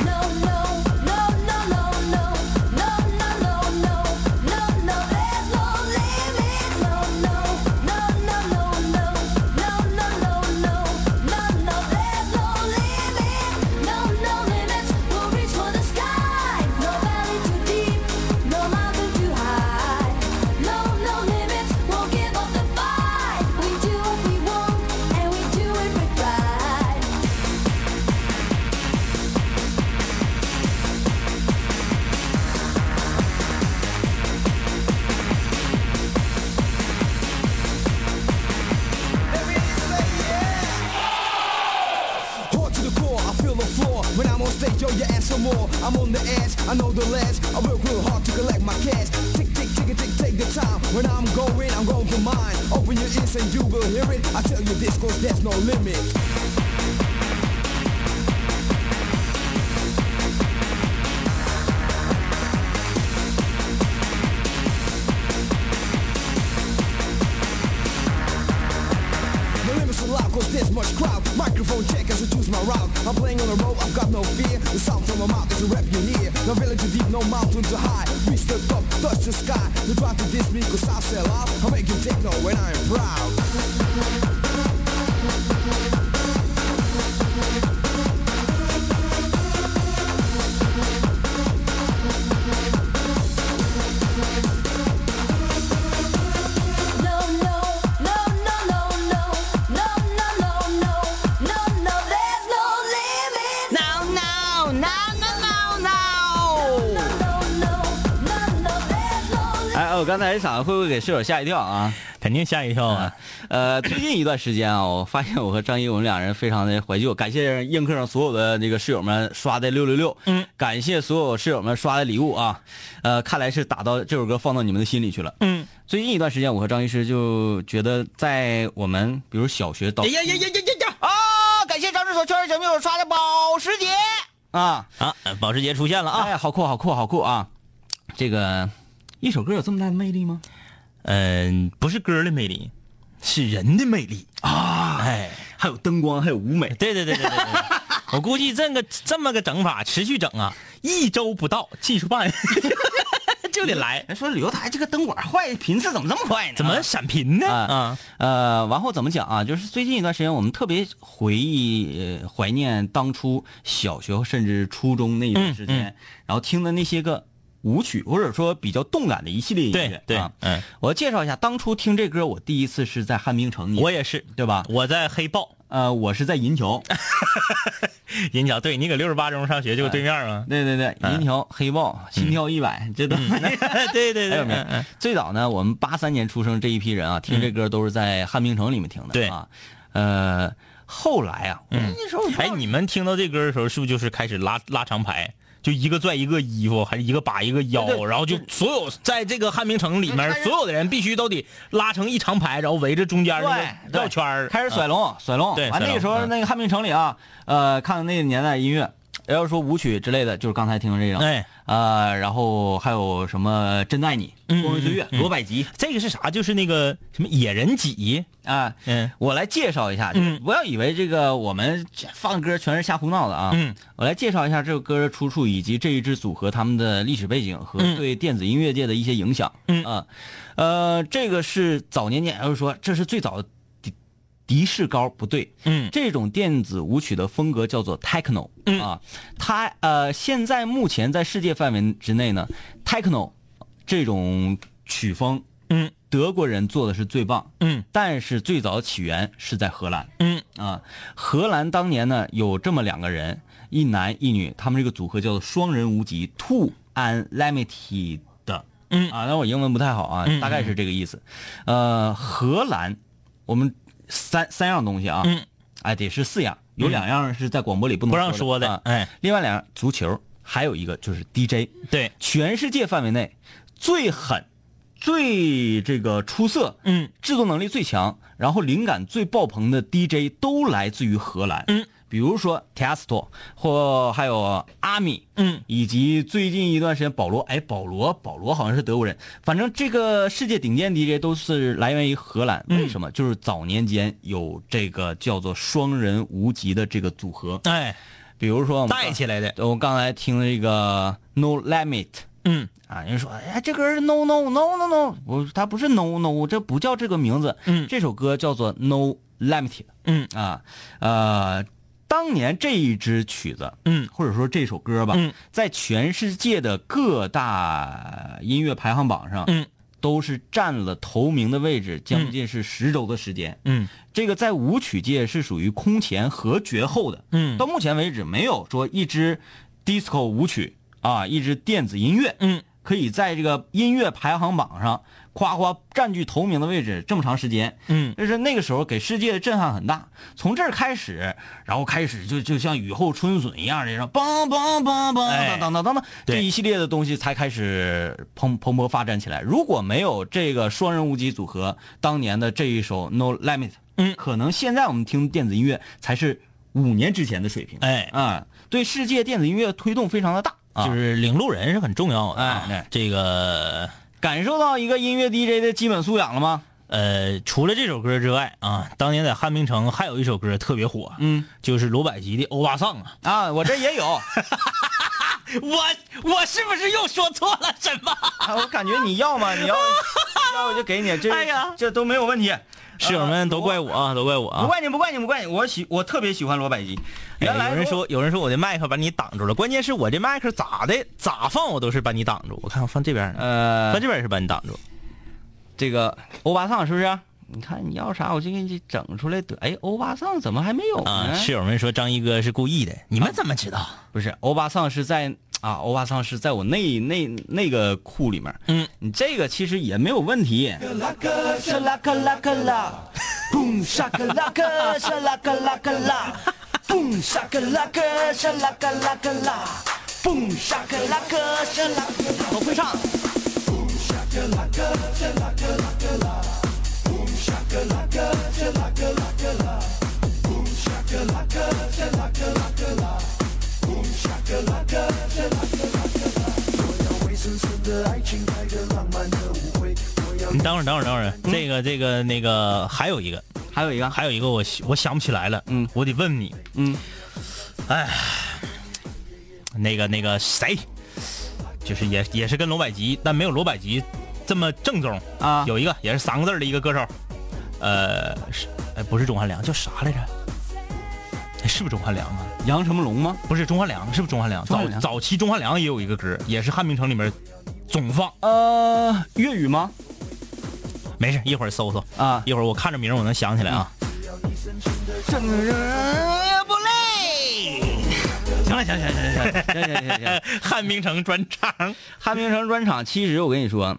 [SPEAKER 5] No no no no no no no no no no no no there's no limit no no no no no no no no no no no no there's no limit no no limits we'll reach for the sky no valley too deep no mountain too high no no limits we'll give up the fight we do what we want and we do it with pride.
[SPEAKER 7] Hard to the core, I feel the floor. When I'm on stage, yo, you ask for more. I'm on the edge, I know the ledge. I work real hard to collect my cash. Tick, tick, tick, tick, take the time. When I'm going, I'm going for mine. Open your ears and you will hear it. I tell you this, cause there's no limit. No limits allowed, cause there's much crowd. Microphone check as I choose my route. I'm playing on the road, I've got no fear. The sound from my mouth is a rap you hear. No village too deep, no mountain too high. Reach the top, touch the sky. You try to diss me cause I sell out. I make you techno when I am proud. No
[SPEAKER 3] 我哎哦刚才一嗓子会不会给室友吓一跳啊？
[SPEAKER 4] 肯定吓一跳啊！
[SPEAKER 3] 呃，最近一段时间啊，我发现我和张一，我们俩人非常的怀旧。感谢映客上所有的那个室友们刷的六六六，嗯，感谢所有室友们刷的礼物啊。呃，看来是打到这首歌放到你们的心里去了。
[SPEAKER 4] 嗯，
[SPEAKER 3] 最近一段时间，我和张医师就觉得，在我们比如小学到
[SPEAKER 6] 哎呀呀呀呀呀呀！啊，感谢张志所圈儿小米我刷的保时捷。
[SPEAKER 3] 啊，
[SPEAKER 4] 啊，保时捷出现了啊！
[SPEAKER 3] 哎，好酷，好酷，好酷啊！这个一首歌有这么大的魅力吗？
[SPEAKER 4] 嗯，不是歌的魅力，是人的魅力啊！哎，
[SPEAKER 3] 还有灯光，还有舞美，
[SPEAKER 4] 对对对对对对， 我估计这个这么个整法持续整啊，一周不到，技术 办就得来，
[SPEAKER 3] 哎，说旅游台这个灯管坏，频次怎么这么快呢？
[SPEAKER 4] 怎么闪屏呢？啊，
[SPEAKER 3] 呃，完后怎么讲啊？就是最近一段时间，我们特别回忆、呃怀念当初小学甚至初中那一
[SPEAKER 4] 嗯
[SPEAKER 3] 段时间，然后听的那些个舞曲，或者说比较动感的一系列音乐。
[SPEAKER 4] 对对
[SPEAKER 3] 啊，
[SPEAKER 4] 嗯，
[SPEAKER 3] 我介绍一下，当初听这歌，我第一次是在汉滨城，你
[SPEAKER 4] 我也是，
[SPEAKER 3] 对吧？
[SPEAKER 4] 我在黑豹
[SPEAKER 3] 呃，我是在银桥，
[SPEAKER 4] 啊银桥，对你搁六十八中上学就对面嘛，
[SPEAKER 3] 对对
[SPEAKER 4] 啊
[SPEAKER 3] 对，银桥、黑豹、
[SPEAKER 4] 嗯
[SPEAKER 3] 心跳一百，这都
[SPEAKER 4] 对对
[SPEAKER 3] 还
[SPEAKER 4] 对，
[SPEAKER 3] 有没有
[SPEAKER 4] 嗯嗯？
[SPEAKER 3] 最早呢，我们八三年出生这一批人啊，听这歌都是在汉滨城里面听的。
[SPEAKER 4] 对
[SPEAKER 3] 啊，呃，后来啊，那时候
[SPEAKER 4] 哎，你们听到这歌的时候，是不是就是开始拉拉长排？就一个拽一个衣服，还是一个把一个腰，
[SPEAKER 3] 对对
[SPEAKER 4] 然后就所有在这个汉明城里面，所有的人必须都得拉成一长排，然后围着中间那个
[SPEAKER 3] 对
[SPEAKER 4] 绕圈儿。
[SPEAKER 3] 开始甩龙，甩龙。
[SPEAKER 4] 对
[SPEAKER 3] 完
[SPEAKER 4] 甩
[SPEAKER 3] 那个
[SPEAKER 4] 龙
[SPEAKER 3] 时候
[SPEAKER 4] 嗯
[SPEAKER 3] 那个汉滨城里啊，呃，看那个年代的音乐，要说舞曲之类的，就是刚才听的这种。
[SPEAKER 4] 哎，
[SPEAKER 3] 呃，然后还有什么真爱你、
[SPEAKER 4] 嗯
[SPEAKER 3] 光辉岁月、罗百吉
[SPEAKER 4] 这个是啥？就是那个什么野人脊，
[SPEAKER 3] 啊。
[SPEAKER 4] 嗯
[SPEAKER 3] 我来介绍一下，
[SPEAKER 4] 嗯
[SPEAKER 3] 不要以为这个我们这放歌全是瞎胡闹的啊。
[SPEAKER 4] 嗯，
[SPEAKER 3] 我来介绍一下这首歌的出处，以及这一支组合他们的历史背景和
[SPEAKER 4] 嗯
[SPEAKER 3] 对电子音乐界的一些影响。
[SPEAKER 4] 嗯
[SPEAKER 3] 啊，呃，这个是早年间，也就是说这是最早的迪迪士高，不对，
[SPEAKER 4] 嗯
[SPEAKER 3] 这种电子舞曲的风格叫做 techno、啊，它呃现在目前在世界范围之内呢，techno 这种曲风，
[SPEAKER 4] 嗯，
[SPEAKER 3] 德国人做的是最棒，
[SPEAKER 4] 嗯
[SPEAKER 3] 但是最早起源是在荷兰。
[SPEAKER 4] 嗯
[SPEAKER 3] 啊，荷兰当年呢有这么两个人，一男一女，他们这个组合叫做双人无极 Two Unlimited。
[SPEAKER 4] 嗯
[SPEAKER 3] 啊，那我英文不太好啊，大概是这个意思。呃，荷兰，我们三三样东西啊，
[SPEAKER 4] 嗯
[SPEAKER 3] 哎，得是四样，有两样是在广播里不能
[SPEAKER 4] 不让说
[SPEAKER 3] 的，
[SPEAKER 4] 的
[SPEAKER 3] 啊
[SPEAKER 4] 哎，
[SPEAKER 3] 另外两样足球，还有一个就是 DJ。
[SPEAKER 4] 对，
[SPEAKER 3] 全世界范围内最狠、最这个出色、
[SPEAKER 4] 嗯，
[SPEAKER 3] 制作能力最强，然后灵感最爆棚的 DJ 都来自于荷兰。嗯，比如说 Tiesto 或还有阿米，
[SPEAKER 4] 嗯，
[SPEAKER 3] 以及最近一段时间保罗，哎，保罗，保罗好像是德国人，反正这个世界顶尖 DJ 都是来源于荷兰。
[SPEAKER 4] 嗯
[SPEAKER 3] 为什么？就是早年间有这个叫做双人无极的这个组合，
[SPEAKER 4] 哎，
[SPEAKER 3] 比如说我们呃
[SPEAKER 4] 带起来的，
[SPEAKER 3] 我刚才听了一个 No Limit。
[SPEAKER 4] 嗯
[SPEAKER 3] 啊，人说，哎，这歌是 no no no no no，我它不是 no no，这不叫这个名字，
[SPEAKER 4] 嗯
[SPEAKER 3] 这首歌叫做 No Limit，
[SPEAKER 4] 嗯
[SPEAKER 3] 啊，呃，当年这一支曲子，
[SPEAKER 4] 嗯，
[SPEAKER 3] 或者说这首歌吧，
[SPEAKER 4] 嗯，
[SPEAKER 3] 在全世界的各大音乐排行榜上，
[SPEAKER 4] 嗯，
[SPEAKER 3] 都是占了头名的位置，将近是十周的时间，
[SPEAKER 4] 嗯
[SPEAKER 3] 这个在舞曲界是属于空前和绝后的，
[SPEAKER 4] 嗯
[SPEAKER 3] 到目前为止没有说一支 disco 舞曲啊，一支电子音乐，
[SPEAKER 4] 嗯，
[SPEAKER 3] 可以在这个音乐排行榜上夸夸占据头名的位置这么长时间，
[SPEAKER 4] 嗯
[SPEAKER 3] 就是那个时候给世界的震撼很大。从这儿开始，然后开始就就像雨后春笋一样的，然后梆梆梆
[SPEAKER 4] 哎
[SPEAKER 3] 梆当当当当，
[SPEAKER 4] 对
[SPEAKER 3] 这一系列的东西才开始蓬蓬勃发展起来。如果没有这个双人无极组合当年的这一首《No Limit》，
[SPEAKER 4] 嗯
[SPEAKER 3] 可能现在我们听电子音乐才是五年之前的水平。
[SPEAKER 4] 哎
[SPEAKER 3] 啊，对世界电子音乐推动非常的大。啊
[SPEAKER 4] 就是领路人是很重要的啊。
[SPEAKER 3] 哎
[SPEAKER 4] 这个
[SPEAKER 3] 感受到一个音乐 DJ 的基本素养了吗？
[SPEAKER 4] 呃，除了这首歌之外啊，当年在汉明城还有一首歌特别火，
[SPEAKER 3] 嗯，
[SPEAKER 4] 就是罗百吉的《欧巴桑》啊。
[SPEAKER 3] 啊，我这也有，
[SPEAKER 4] 我我是不是又说错了什么？
[SPEAKER 3] 啊我感觉你要嘛， 你要，要我就给你，这、
[SPEAKER 4] 哎呀
[SPEAKER 3] 这都没有问题。
[SPEAKER 4] 室友们都怪我啊，都怪我
[SPEAKER 3] 不
[SPEAKER 4] 啊。
[SPEAKER 3] 怪你，不怪你，不怪你，我喜我特别喜欢罗百吉。
[SPEAKER 4] 哎
[SPEAKER 3] 原来
[SPEAKER 4] 有人
[SPEAKER 3] 罗
[SPEAKER 4] 说，有人说我的麦克把你挡住了，关键是我这麦克咋的，咋放我都是把你挡住。我看我放这边呢，
[SPEAKER 3] 呃
[SPEAKER 4] 放这边是把你挡住。
[SPEAKER 3] 这个欧巴桑是不是？你看你要啥，我就给你整出来得。哎，欧巴桑
[SPEAKER 4] 啊哎
[SPEAKER 3] 怎么还没有呢？
[SPEAKER 4] 啊，室友们说张一哥是故意的，你们怎么知道？
[SPEAKER 3] 不是，欧巴桑是在啊，欧巴桑是在我那那那个库里面，嗯，你这个其实也没有问题。
[SPEAKER 6] 拉克沙拉克拉克拉，蹦沙克拉克沙拉克拉克拉，蹦沙克拉克沙拉克拉克拉，蹦沙克拉克沙拉克拉，我会唱。
[SPEAKER 4] 你等会儿，等会儿，等会儿，这个这个那个还有一个，
[SPEAKER 3] 还有一个，
[SPEAKER 4] 还有一个我想我想不起来了，
[SPEAKER 3] 嗯
[SPEAKER 4] 我得问你，
[SPEAKER 3] 嗯，
[SPEAKER 4] 哎，那个那个谁，就是也也是跟罗百吉，但没有罗百吉这么正宗
[SPEAKER 3] 啊
[SPEAKER 4] 有一个也是三个字儿的一个歌手，呃，是哎不是钟汉良，叫啥来着？哎是不是钟汉良啊？
[SPEAKER 3] 杨成龙吗？
[SPEAKER 4] 不是钟汉良，是不是钟汉良？
[SPEAKER 3] 钟汉
[SPEAKER 4] 早
[SPEAKER 3] 良
[SPEAKER 4] 早期钟汉良也有一个歌，也是汉明城里面总放。
[SPEAKER 3] 呃，粤语吗？
[SPEAKER 4] 没事，一会儿搜搜
[SPEAKER 3] 啊
[SPEAKER 4] 一会儿我看着名儿我能想起来啊。
[SPEAKER 3] 嗯行了，行行行行行行行行行。
[SPEAKER 4] 汉明城专场，
[SPEAKER 3] 汉明城专场，其实我跟你说，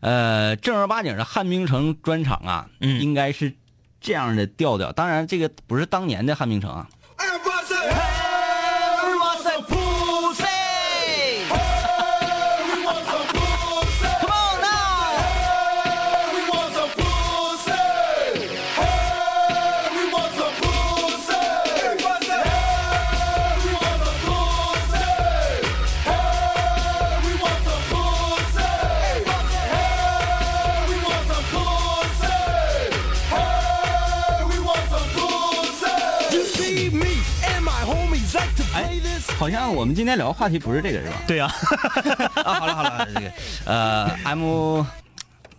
[SPEAKER 3] 呃，正儿八经的汉明城专场啊，
[SPEAKER 4] 嗯
[SPEAKER 3] 应该是这样的调调。当然，这个不是当年的汉明城啊。哎好像我们今天聊的话题不是这个是吧？
[SPEAKER 4] 对呀、
[SPEAKER 3] 啊，好了好了，这个呃，I'm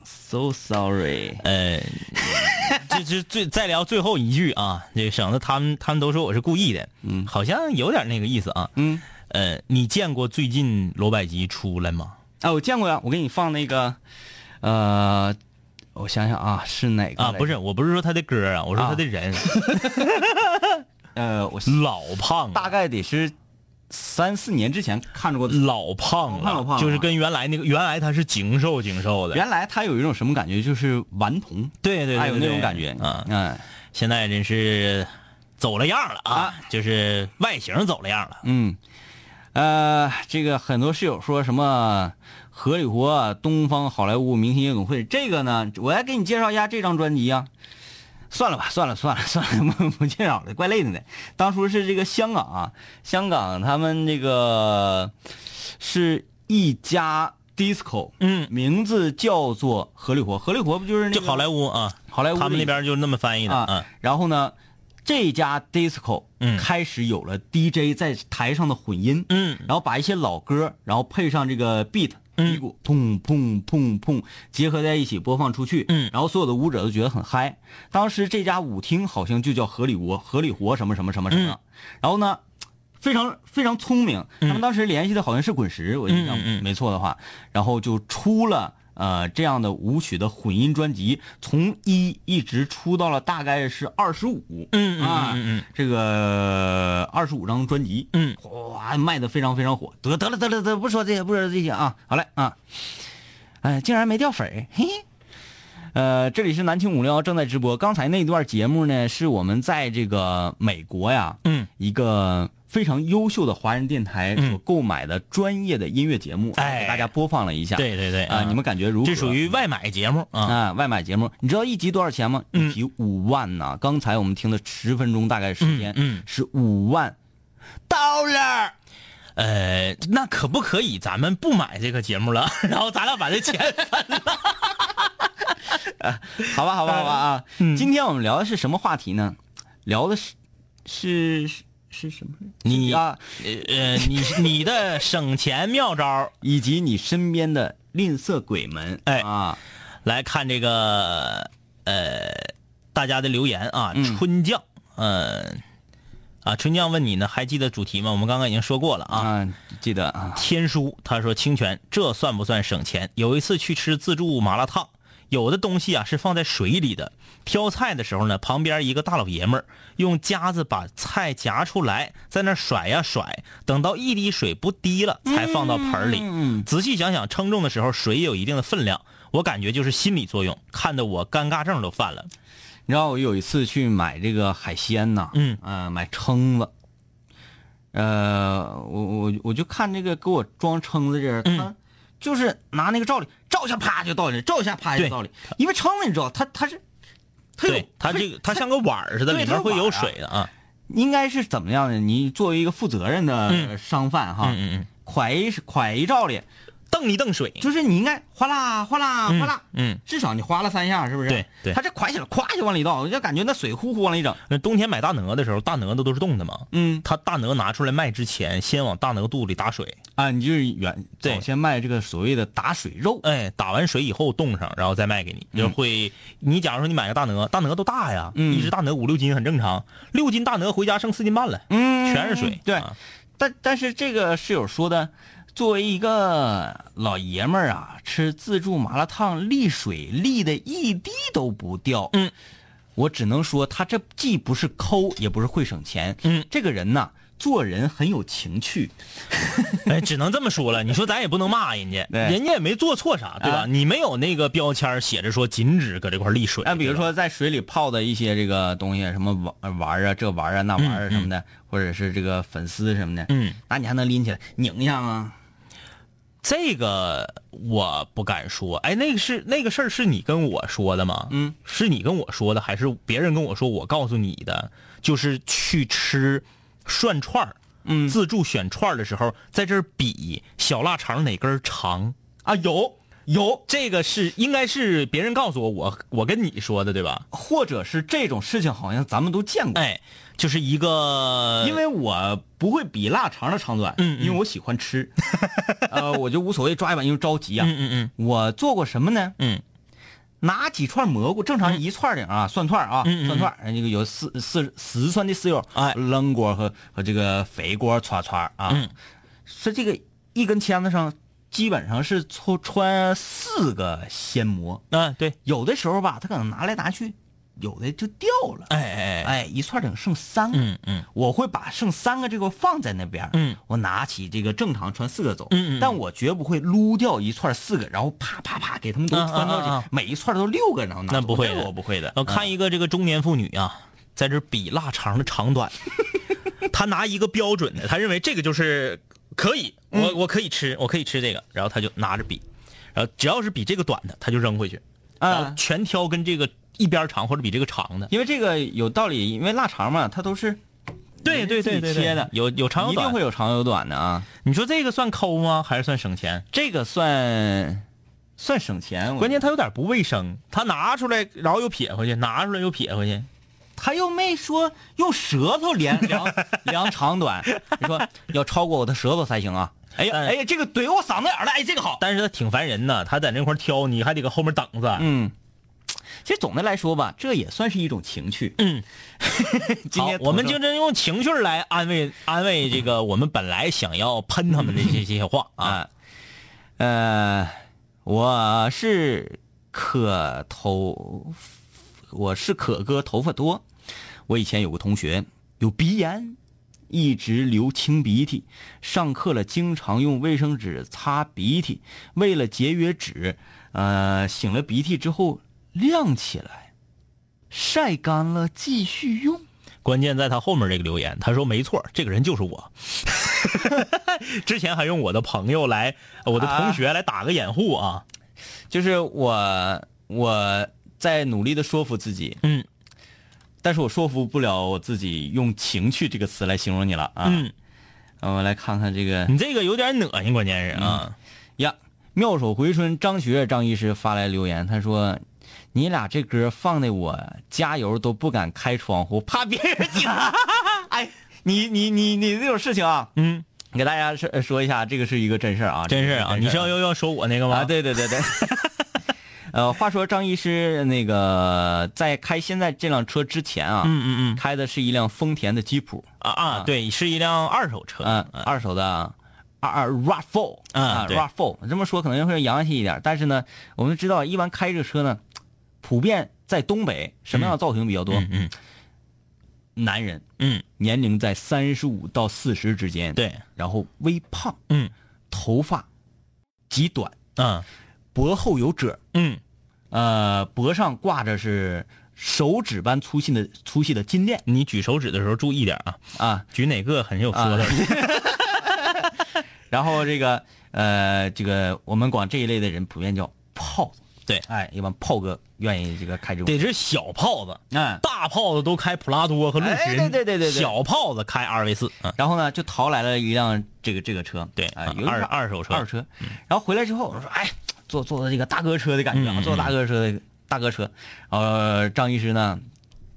[SPEAKER 3] so sorry。
[SPEAKER 4] 呃，这这最再聊最后一句啊，这省得他们他们都说我是故意的，嗯，好像有点那个意思啊，
[SPEAKER 3] 嗯，
[SPEAKER 4] 呃，你见过最近罗百吉出来吗？
[SPEAKER 3] 啊，我见过呀，我给你放那个，呃，我想想啊，是哪个
[SPEAKER 4] 啊，
[SPEAKER 3] 来着
[SPEAKER 4] 不是，，我不是说他的歌啊，我说他的人、
[SPEAKER 3] 呃，我
[SPEAKER 4] 老胖了，
[SPEAKER 3] 大概得是三四年之前看着过的。
[SPEAKER 4] 老
[SPEAKER 3] 老
[SPEAKER 4] 胖
[SPEAKER 3] 胖
[SPEAKER 4] 了，
[SPEAKER 3] 老胖了
[SPEAKER 4] 就是跟原来那个原来他是精瘦精瘦的，
[SPEAKER 3] 原来他有一种什么感觉，就是顽童，
[SPEAKER 4] 对对对
[SPEAKER 3] 哎，有那
[SPEAKER 4] 对
[SPEAKER 3] 种感觉
[SPEAKER 4] 啊
[SPEAKER 3] 哎，
[SPEAKER 4] 现在真是走了样了啊，
[SPEAKER 3] 啊
[SPEAKER 4] 就是外形走了样了。
[SPEAKER 3] 嗯，呃，这个很多室友说什么荷里活、啊东方好莱坞明星夜总会，这个呢，我来给你介绍一下这张专辑啊。算了吧，算了算了算了，不不介绍了，怪累的呢。当初是这个香港啊，香港他们这个是一家 disco，
[SPEAKER 4] 嗯，
[SPEAKER 3] 名字叫做荷里活，荷里活不就是那个
[SPEAKER 4] 就好莱坞啊，
[SPEAKER 3] 好莱坞
[SPEAKER 4] 他
[SPEAKER 3] 的
[SPEAKER 4] 们那
[SPEAKER 3] 意思
[SPEAKER 4] 边就那么翻译的
[SPEAKER 3] 啊，然后呢，这家 disco
[SPEAKER 4] 嗯
[SPEAKER 3] 开始有了 DJ 在台上的混音，
[SPEAKER 4] 嗯
[SPEAKER 3] 然后把一些老歌，然后配上这个 beat。低鼓砰砰砰砰结合在一起播放出去，
[SPEAKER 4] 嗯
[SPEAKER 3] 然后所有的舞者都觉得很嗨。当时这家舞厅好像就叫合里活，合里活什么什么什么什
[SPEAKER 4] 嗯
[SPEAKER 3] 么。然后呢，非常非常聪明，他们当时联系的好像是滚石，我印象
[SPEAKER 4] 嗯嗯
[SPEAKER 3] 没错的话，然后就出了呃这样的舞曲的混音专辑，从一一直出到了大概是二十五，
[SPEAKER 4] 嗯嗯
[SPEAKER 3] 啊
[SPEAKER 4] 嗯嗯
[SPEAKER 3] 这个二十五张专辑，
[SPEAKER 4] 嗯
[SPEAKER 3] 哗卖的非常非常火。得得了得了得了，不说这些不说这些啊，好嘞啊，哎，竟然没掉粉儿，嘿嘿。呃，这里是南青五零幺正在直播。刚才那段节目呢，是我们在这个美国呀，
[SPEAKER 4] 嗯，
[SPEAKER 3] 一个非常优秀的华人电台
[SPEAKER 4] 嗯
[SPEAKER 3] 所购买的专业的音乐节目，
[SPEAKER 4] 哎
[SPEAKER 3] 给大家播放了一下。
[SPEAKER 4] 对对对
[SPEAKER 3] 啊、
[SPEAKER 4] 啊
[SPEAKER 3] 你们感觉如何？
[SPEAKER 4] 这属于外买节目啊。嗯
[SPEAKER 3] 啊、外买节目，你知道一集多少钱吗？一集五万呐、刚才我们听的十分钟大概时间，
[SPEAKER 4] 嗯嗯
[SPEAKER 3] 是五万。
[SPEAKER 4] dollar。呃，那可不可以咱们不买这个节目了， 然后咱俩把这钱
[SPEAKER 3] 好吧，好吧，好
[SPEAKER 4] 呃
[SPEAKER 3] 吧啊！
[SPEAKER 4] 嗯
[SPEAKER 3] 今天我们聊的是什么话题呢？聊的是是是是什么？
[SPEAKER 4] 你
[SPEAKER 3] 啊，
[SPEAKER 4] 呃，你你的省钱妙招，
[SPEAKER 3] 以及你身边的吝啬鬼们，
[SPEAKER 4] 哎
[SPEAKER 3] 啊，
[SPEAKER 4] 来看这个呃大家的留言啊，
[SPEAKER 3] 嗯
[SPEAKER 4] 春酱，呃啊，春酱问你呢，还记得主题吗？我们刚刚已经说过了啊。
[SPEAKER 3] 啊，记得啊，
[SPEAKER 4] 天书他说清泉这算不算省钱？有一次去吃自助麻辣烫，有的东西啊是放在水里的。挑菜的时候呢，旁边一个大老爷们儿用夹子把菜夹出来，在那儿甩呀甩，等到一滴水不滴了，才放到盆儿
[SPEAKER 3] 嗯
[SPEAKER 4] 里。仔细想想，称重的时候水也有一定的分量，我感觉就是心理作用，看得我尴尬症都犯了。
[SPEAKER 3] 你知道我有一次去买这个海鲜呐，
[SPEAKER 4] 嗯
[SPEAKER 3] 呃，买蛏子，呃，我我我就看这个给我装蛏子这人，
[SPEAKER 4] 嗯
[SPEAKER 3] 他就是拿那个罩里照一下，啪就倒进去，照一下啪就
[SPEAKER 4] 对
[SPEAKER 3] 倒里，因为蛏子你知道，它它是它有
[SPEAKER 4] 对，它这个它像个碗儿似的，
[SPEAKER 3] 对
[SPEAKER 4] 里
[SPEAKER 3] 它
[SPEAKER 4] 面
[SPEAKER 3] 是
[SPEAKER 4] 会有
[SPEAKER 3] 碗啊
[SPEAKER 4] 水的啊。
[SPEAKER 3] 应该是怎么样呢？你作为一个负责任的
[SPEAKER 4] 嗯
[SPEAKER 3] 商贩哈，
[SPEAKER 4] 嗯嗯嗯，
[SPEAKER 3] 蒯一蒯一罩里，
[SPEAKER 4] 瞪一瞪水，
[SPEAKER 3] 就是你应该哗啦哗啦啊哗啦，
[SPEAKER 4] 嗯嗯
[SPEAKER 3] 至少你哗啦三下，是不是？
[SPEAKER 4] 对对
[SPEAKER 3] 他这蒯起来，咵就往里倒，我就感觉那水呼呼往里整，
[SPEAKER 4] 那冬天买大鹅的时候，大鹅的都是冻的嘛。
[SPEAKER 3] 嗯
[SPEAKER 4] 他大鹅拿出来卖之前，先往大鹅肚里打水，
[SPEAKER 3] 啊，你就是原
[SPEAKER 4] 对
[SPEAKER 3] 早先卖这个所谓的打水肉，
[SPEAKER 4] 哎，打完水以后冻上，然后再卖给你，就会。你假如说你买个大鹅，大鹅都大呀，
[SPEAKER 3] 嗯
[SPEAKER 4] 一只大鹅五六斤很正常，六斤大鹅回家剩四斤半了，
[SPEAKER 3] 嗯
[SPEAKER 4] 全是水。
[SPEAKER 3] 对，
[SPEAKER 4] 啊
[SPEAKER 3] 但但是这个室友说的，作为一个老爷们儿啊，吃自助麻辣烫沥水沥的一滴都不掉。
[SPEAKER 4] 嗯，
[SPEAKER 3] 我只能说他这既不是抠，也不是会省钱。
[SPEAKER 4] 嗯，
[SPEAKER 3] 这个人呐，做人很有情趣。
[SPEAKER 4] 哎，只能这么说了。你说咱也不能骂人家，
[SPEAKER 3] 对
[SPEAKER 4] 人家也没做错啥，对吧？
[SPEAKER 3] 啊
[SPEAKER 4] 你没有那个标签写着说禁止搁这块儿沥水。
[SPEAKER 3] 那比如
[SPEAKER 4] 对吧，
[SPEAKER 3] 说在水里泡的一些这个东西，什么玩玩啊，这玩啊那玩啊什么的，或者是这个粉丝什么的，
[SPEAKER 4] 嗯，
[SPEAKER 3] 那你还能拎起来拧一下吗？
[SPEAKER 4] 这个我不敢说。哎，那个是那个事儿是你跟我说的吗？
[SPEAKER 3] 嗯，
[SPEAKER 4] 是你跟我说的，还是别人跟我说我告诉你的？就是去吃涮串儿，
[SPEAKER 3] 嗯
[SPEAKER 4] 自助选串儿的时候，在这儿比小腊肠哪根儿长啊？有有，这个是应该是别人告诉我，我我跟你说的对吧？
[SPEAKER 3] 或者是这种事情好像咱们都见过，
[SPEAKER 4] 哎，就是一个
[SPEAKER 3] 因为我不会比腊肠的长短，
[SPEAKER 4] 嗯嗯
[SPEAKER 3] 因为我喜欢 吃，呃，我就无所谓抓一把，因为着急啊。
[SPEAKER 4] 嗯嗯嗯
[SPEAKER 3] 我做过什么呢？
[SPEAKER 4] 嗯，
[SPEAKER 3] 拿几串蘑菇，正常一串儿的啊，蒜串儿啊，
[SPEAKER 4] 嗯嗯嗯
[SPEAKER 3] 蒜串儿，那个有四四四川的室友，
[SPEAKER 4] 哎
[SPEAKER 3] 扔锅和和这个肥锅串串儿啊，
[SPEAKER 4] 嗯
[SPEAKER 3] 是这个一根签子上基本上是穿穿四个鲜蘑，
[SPEAKER 4] 啊对，
[SPEAKER 3] 有的时候吧，他可能拿来拿去，有的就掉了，
[SPEAKER 4] 哎哎哎，
[SPEAKER 3] 哎，一串顶剩三个，
[SPEAKER 4] 嗯嗯
[SPEAKER 3] 我会把剩三个这个放在那边，
[SPEAKER 4] 嗯，
[SPEAKER 3] 我拿起这个正常穿四个走，
[SPEAKER 4] 嗯嗯嗯
[SPEAKER 3] 但我绝不会撸掉一串四个，然后啪啪啪给他们都穿到
[SPEAKER 4] 啊
[SPEAKER 3] 去，
[SPEAKER 4] 啊啊啊
[SPEAKER 3] 每一串都六个，然后拿走
[SPEAKER 4] 那不会
[SPEAKER 3] 这
[SPEAKER 4] 的
[SPEAKER 3] 个我不会的。
[SPEAKER 4] 我呃看
[SPEAKER 3] 嗯
[SPEAKER 4] 一个这个中年妇女啊，在这比腊肠的长 短，她拿一个标准的，她认为这个就是可以，我
[SPEAKER 3] 嗯
[SPEAKER 4] 我可以吃，我可以吃这个，然后她就拿着比，然后只要是比这个短的，她就扔回去，然后
[SPEAKER 3] 啊，
[SPEAKER 4] 全挑跟这个一边长或者比这个长的。
[SPEAKER 3] 因为这个有道理，因为腊肠嘛，它都是
[SPEAKER 4] 对对对对，对
[SPEAKER 3] 切的，
[SPEAKER 4] 有有长有
[SPEAKER 3] 一定
[SPEAKER 4] 短
[SPEAKER 3] 会。有长有短的啊。
[SPEAKER 4] 你说这个算抠吗？还是算省钱？
[SPEAKER 3] 这个算算省钱，我
[SPEAKER 4] 关键它有点不卫生，它拿出来然后又撇回去，拿出来又撇回去。
[SPEAKER 3] 他又没说用舌头 量量量长短，你说要超过我的舌头才行啊。哎呀，
[SPEAKER 4] 嗯
[SPEAKER 3] 哎呀，这个怼我嗓子眼儿了，哎，这个好。
[SPEAKER 4] 但是它挺烦人呐，它在那块儿挑，你还得搁后面等着。
[SPEAKER 3] 嗯，其实总的来说吧，这也算是一种情趣。
[SPEAKER 4] 嗯，
[SPEAKER 3] 今
[SPEAKER 4] 好
[SPEAKER 3] 天，
[SPEAKER 4] 我们
[SPEAKER 3] 同
[SPEAKER 4] 就
[SPEAKER 3] 事
[SPEAKER 4] 真用情绪来安慰安慰这个我们本来想要喷他们
[SPEAKER 3] 嗯
[SPEAKER 4] 的这这些话啊。
[SPEAKER 3] 啊，呃，我是可头，我是可哥头发多。我以前有个同学有鼻炎，一直流清鼻涕，上课了经常用卫生纸擦鼻涕，为了节约纸，呃，擤了鼻涕之后晾起来，晒干了继续用。
[SPEAKER 4] 关键在他后面这个留言，他说没错，这个人就 是我。之前还用我的朋友来，呃我的同学来打个掩护啊。
[SPEAKER 3] 就是我我在努力的说服自己，
[SPEAKER 4] 嗯，
[SPEAKER 3] 但是我说服不了我自己用“情趣”这个词来形容你了啊。
[SPEAKER 4] 嗯，
[SPEAKER 3] 呃，我来看看这个
[SPEAKER 4] 你这个有点恶心，关键是
[SPEAKER 3] 嗯
[SPEAKER 4] 啊。
[SPEAKER 3] 呀，妙手回春张学张医师发来留言，他说：“你俩这歌放的我加油都不敢开窗户，怕别人听。” 哎，你你你你这种事情啊，
[SPEAKER 4] 嗯，
[SPEAKER 3] 给大家说呃说一下，这个是一个真事儿啊，
[SPEAKER 4] 真是啊，你是要要要说我那个吗？
[SPEAKER 3] 啊，，对对对对。 呃，话说张医师那个在开现在这辆车之前啊，
[SPEAKER 4] 嗯嗯啊嗯，
[SPEAKER 3] 开的是一辆丰田的吉普，呃
[SPEAKER 4] 啊啊，对，是一辆二手车。
[SPEAKER 3] 嗯、二手的二二 RAV4
[SPEAKER 4] 啊
[SPEAKER 3] 啊
[SPEAKER 4] 对
[SPEAKER 3] ，RAV4 这么说可能会洋气一点，但是呢，我们知道一般开这个车呢，普遍在东北什么样的造型比较多？
[SPEAKER 4] 嗯嗯
[SPEAKER 3] 男人
[SPEAKER 4] 嗯，
[SPEAKER 3] 年龄在三十五到四十之间，
[SPEAKER 4] 对，
[SPEAKER 3] 然后微胖，
[SPEAKER 4] 嗯，
[SPEAKER 3] 头发极短，
[SPEAKER 4] 啊，
[SPEAKER 3] 脖后有褶，
[SPEAKER 4] 嗯
[SPEAKER 3] 呃，脖上挂着是手指般粗细的粗细的金链
[SPEAKER 4] 你举手指的时候注意点啊，
[SPEAKER 3] 啊，
[SPEAKER 4] 举哪个很有说头。
[SPEAKER 3] 然后这个呃，这个我们管这一类的人普遍叫炮子，
[SPEAKER 4] 对
[SPEAKER 3] 哎，一般炮哥愿意这个开这种，
[SPEAKER 4] 得是小炮子，
[SPEAKER 3] 嗯
[SPEAKER 4] 大炮子都开普拉多和陆
[SPEAKER 3] 哎
[SPEAKER 4] 巡，
[SPEAKER 3] 对对对对对
[SPEAKER 4] 小炮子开 R V 四，嗯，
[SPEAKER 3] 然后呢就淘来了一辆这个这个车，
[SPEAKER 4] 对
[SPEAKER 3] 哎
[SPEAKER 4] 啊，
[SPEAKER 3] 有一
[SPEAKER 4] 二
[SPEAKER 3] 辆
[SPEAKER 4] 二手车嗯
[SPEAKER 3] 二手车，然后回来之后我说，哎，坐坐的这个大哥车的感觉
[SPEAKER 4] 嗯
[SPEAKER 3] 啊，
[SPEAKER 4] 嗯
[SPEAKER 3] 坐大哥车的大哥车，呃，张医师呢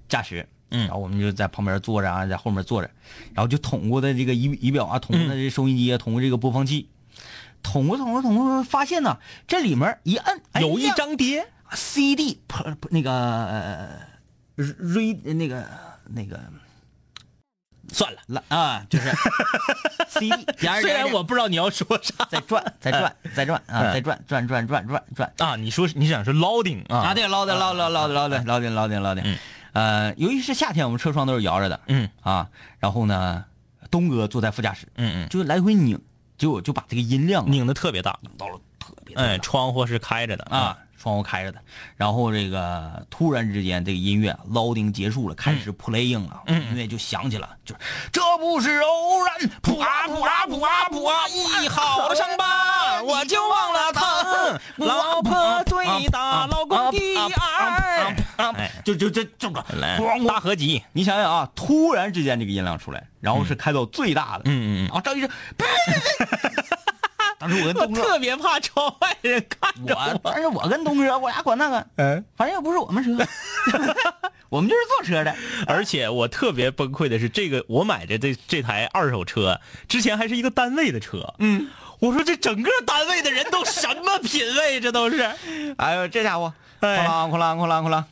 [SPEAKER 3] 驾驶。
[SPEAKER 4] 嗯
[SPEAKER 3] 然后我们就在旁边坐着啊，在后面坐着，然后就捅过的这个仪仪表啊，捅过的这收音机啊，捅过这个播放器，捅过捅过捅过，发现呢，这里面一摁，哎
[SPEAKER 4] 有一
[SPEAKER 3] 亮
[SPEAKER 4] 张碟，
[SPEAKER 3] CD 不不那个呃 re 那个那个
[SPEAKER 4] 算了，
[SPEAKER 3] 啦啊，就是 CD 点儿。
[SPEAKER 4] 虽然
[SPEAKER 3] 点儿
[SPEAKER 4] 我不知道你要说啥
[SPEAKER 3] 再转再转再转啊，
[SPEAKER 4] 嗯
[SPEAKER 3] 再转转转转转转
[SPEAKER 4] 啊，你说你想说 loading 啊
[SPEAKER 3] 啊，，对，捞的捞的捞的捞的捞的捞的捞的
[SPEAKER 4] 嗯，
[SPEAKER 3] 呃，由于是夏天，我们车窗都是摇着的，
[SPEAKER 4] 嗯
[SPEAKER 3] 啊，然后呢，东哥坐在副驾驶，
[SPEAKER 4] 嗯
[SPEAKER 3] 就来回拧，结果就把这个音量
[SPEAKER 4] 嗯，拧的特别大，
[SPEAKER 3] 到了特别大
[SPEAKER 4] 哎，窗户是开着的
[SPEAKER 3] 啊，，窗户开着的，然后这个突然之间，这个音乐 loading 结束了，开始 playing 了，音乐就响起了，就是这不是偶然，噗啊噗啊噗啊噗啊，一好了伤疤我就忘了疼，老婆对打老公第二，哎就就这这个
[SPEAKER 4] 来
[SPEAKER 3] 咣
[SPEAKER 4] 大
[SPEAKER 3] 咣。
[SPEAKER 4] 合集，
[SPEAKER 3] 你想想啊，突然之间这个音量出来，然后是开到最大的，
[SPEAKER 4] 嗯嗯嗯嗯
[SPEAKER 3] 然后张医生，当时我跟
[SPEAKER 4] 我
[SPEAKER 3] 东哥
[SPEAKER 4] 特别怕窗外人看着
[SPEAKER 3] 我，但是我跟东哥，我俩管那个，
[SPEAKER 4] 哎
[SPEAKER 3] 嗯，反正又不是我们 车， 我们就是坐车的。
[SPEAKER 4] 而且我特别崩溃的是，这个我买的这这台二手车之前还是一个单位的车，嗯，我说这整个单位的人都什么品味，这都是，
[SPEAKER 3] 哎呦，这家伙，哐
[SPEAKER 4] 哎
[SPEAKER 3] 啷哐啷哐啷哐啷。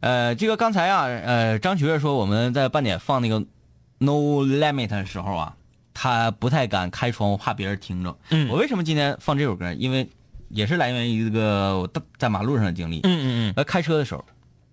[SPEAKER 3] 呃，这个刚才啊，呃，张学说我们在半点放那个 No Limit 的时候啊，他不太敢开窗户，怕别人听着。
[SPEAKER 4] 嗯
[SPEAKER 3] 我为什么今天放这首歌？因为也是来源于一个我在在马路上的经历。
[SPEAKER 4] 嗯嗯
[SPEAKER 3] 呃，开车的时候，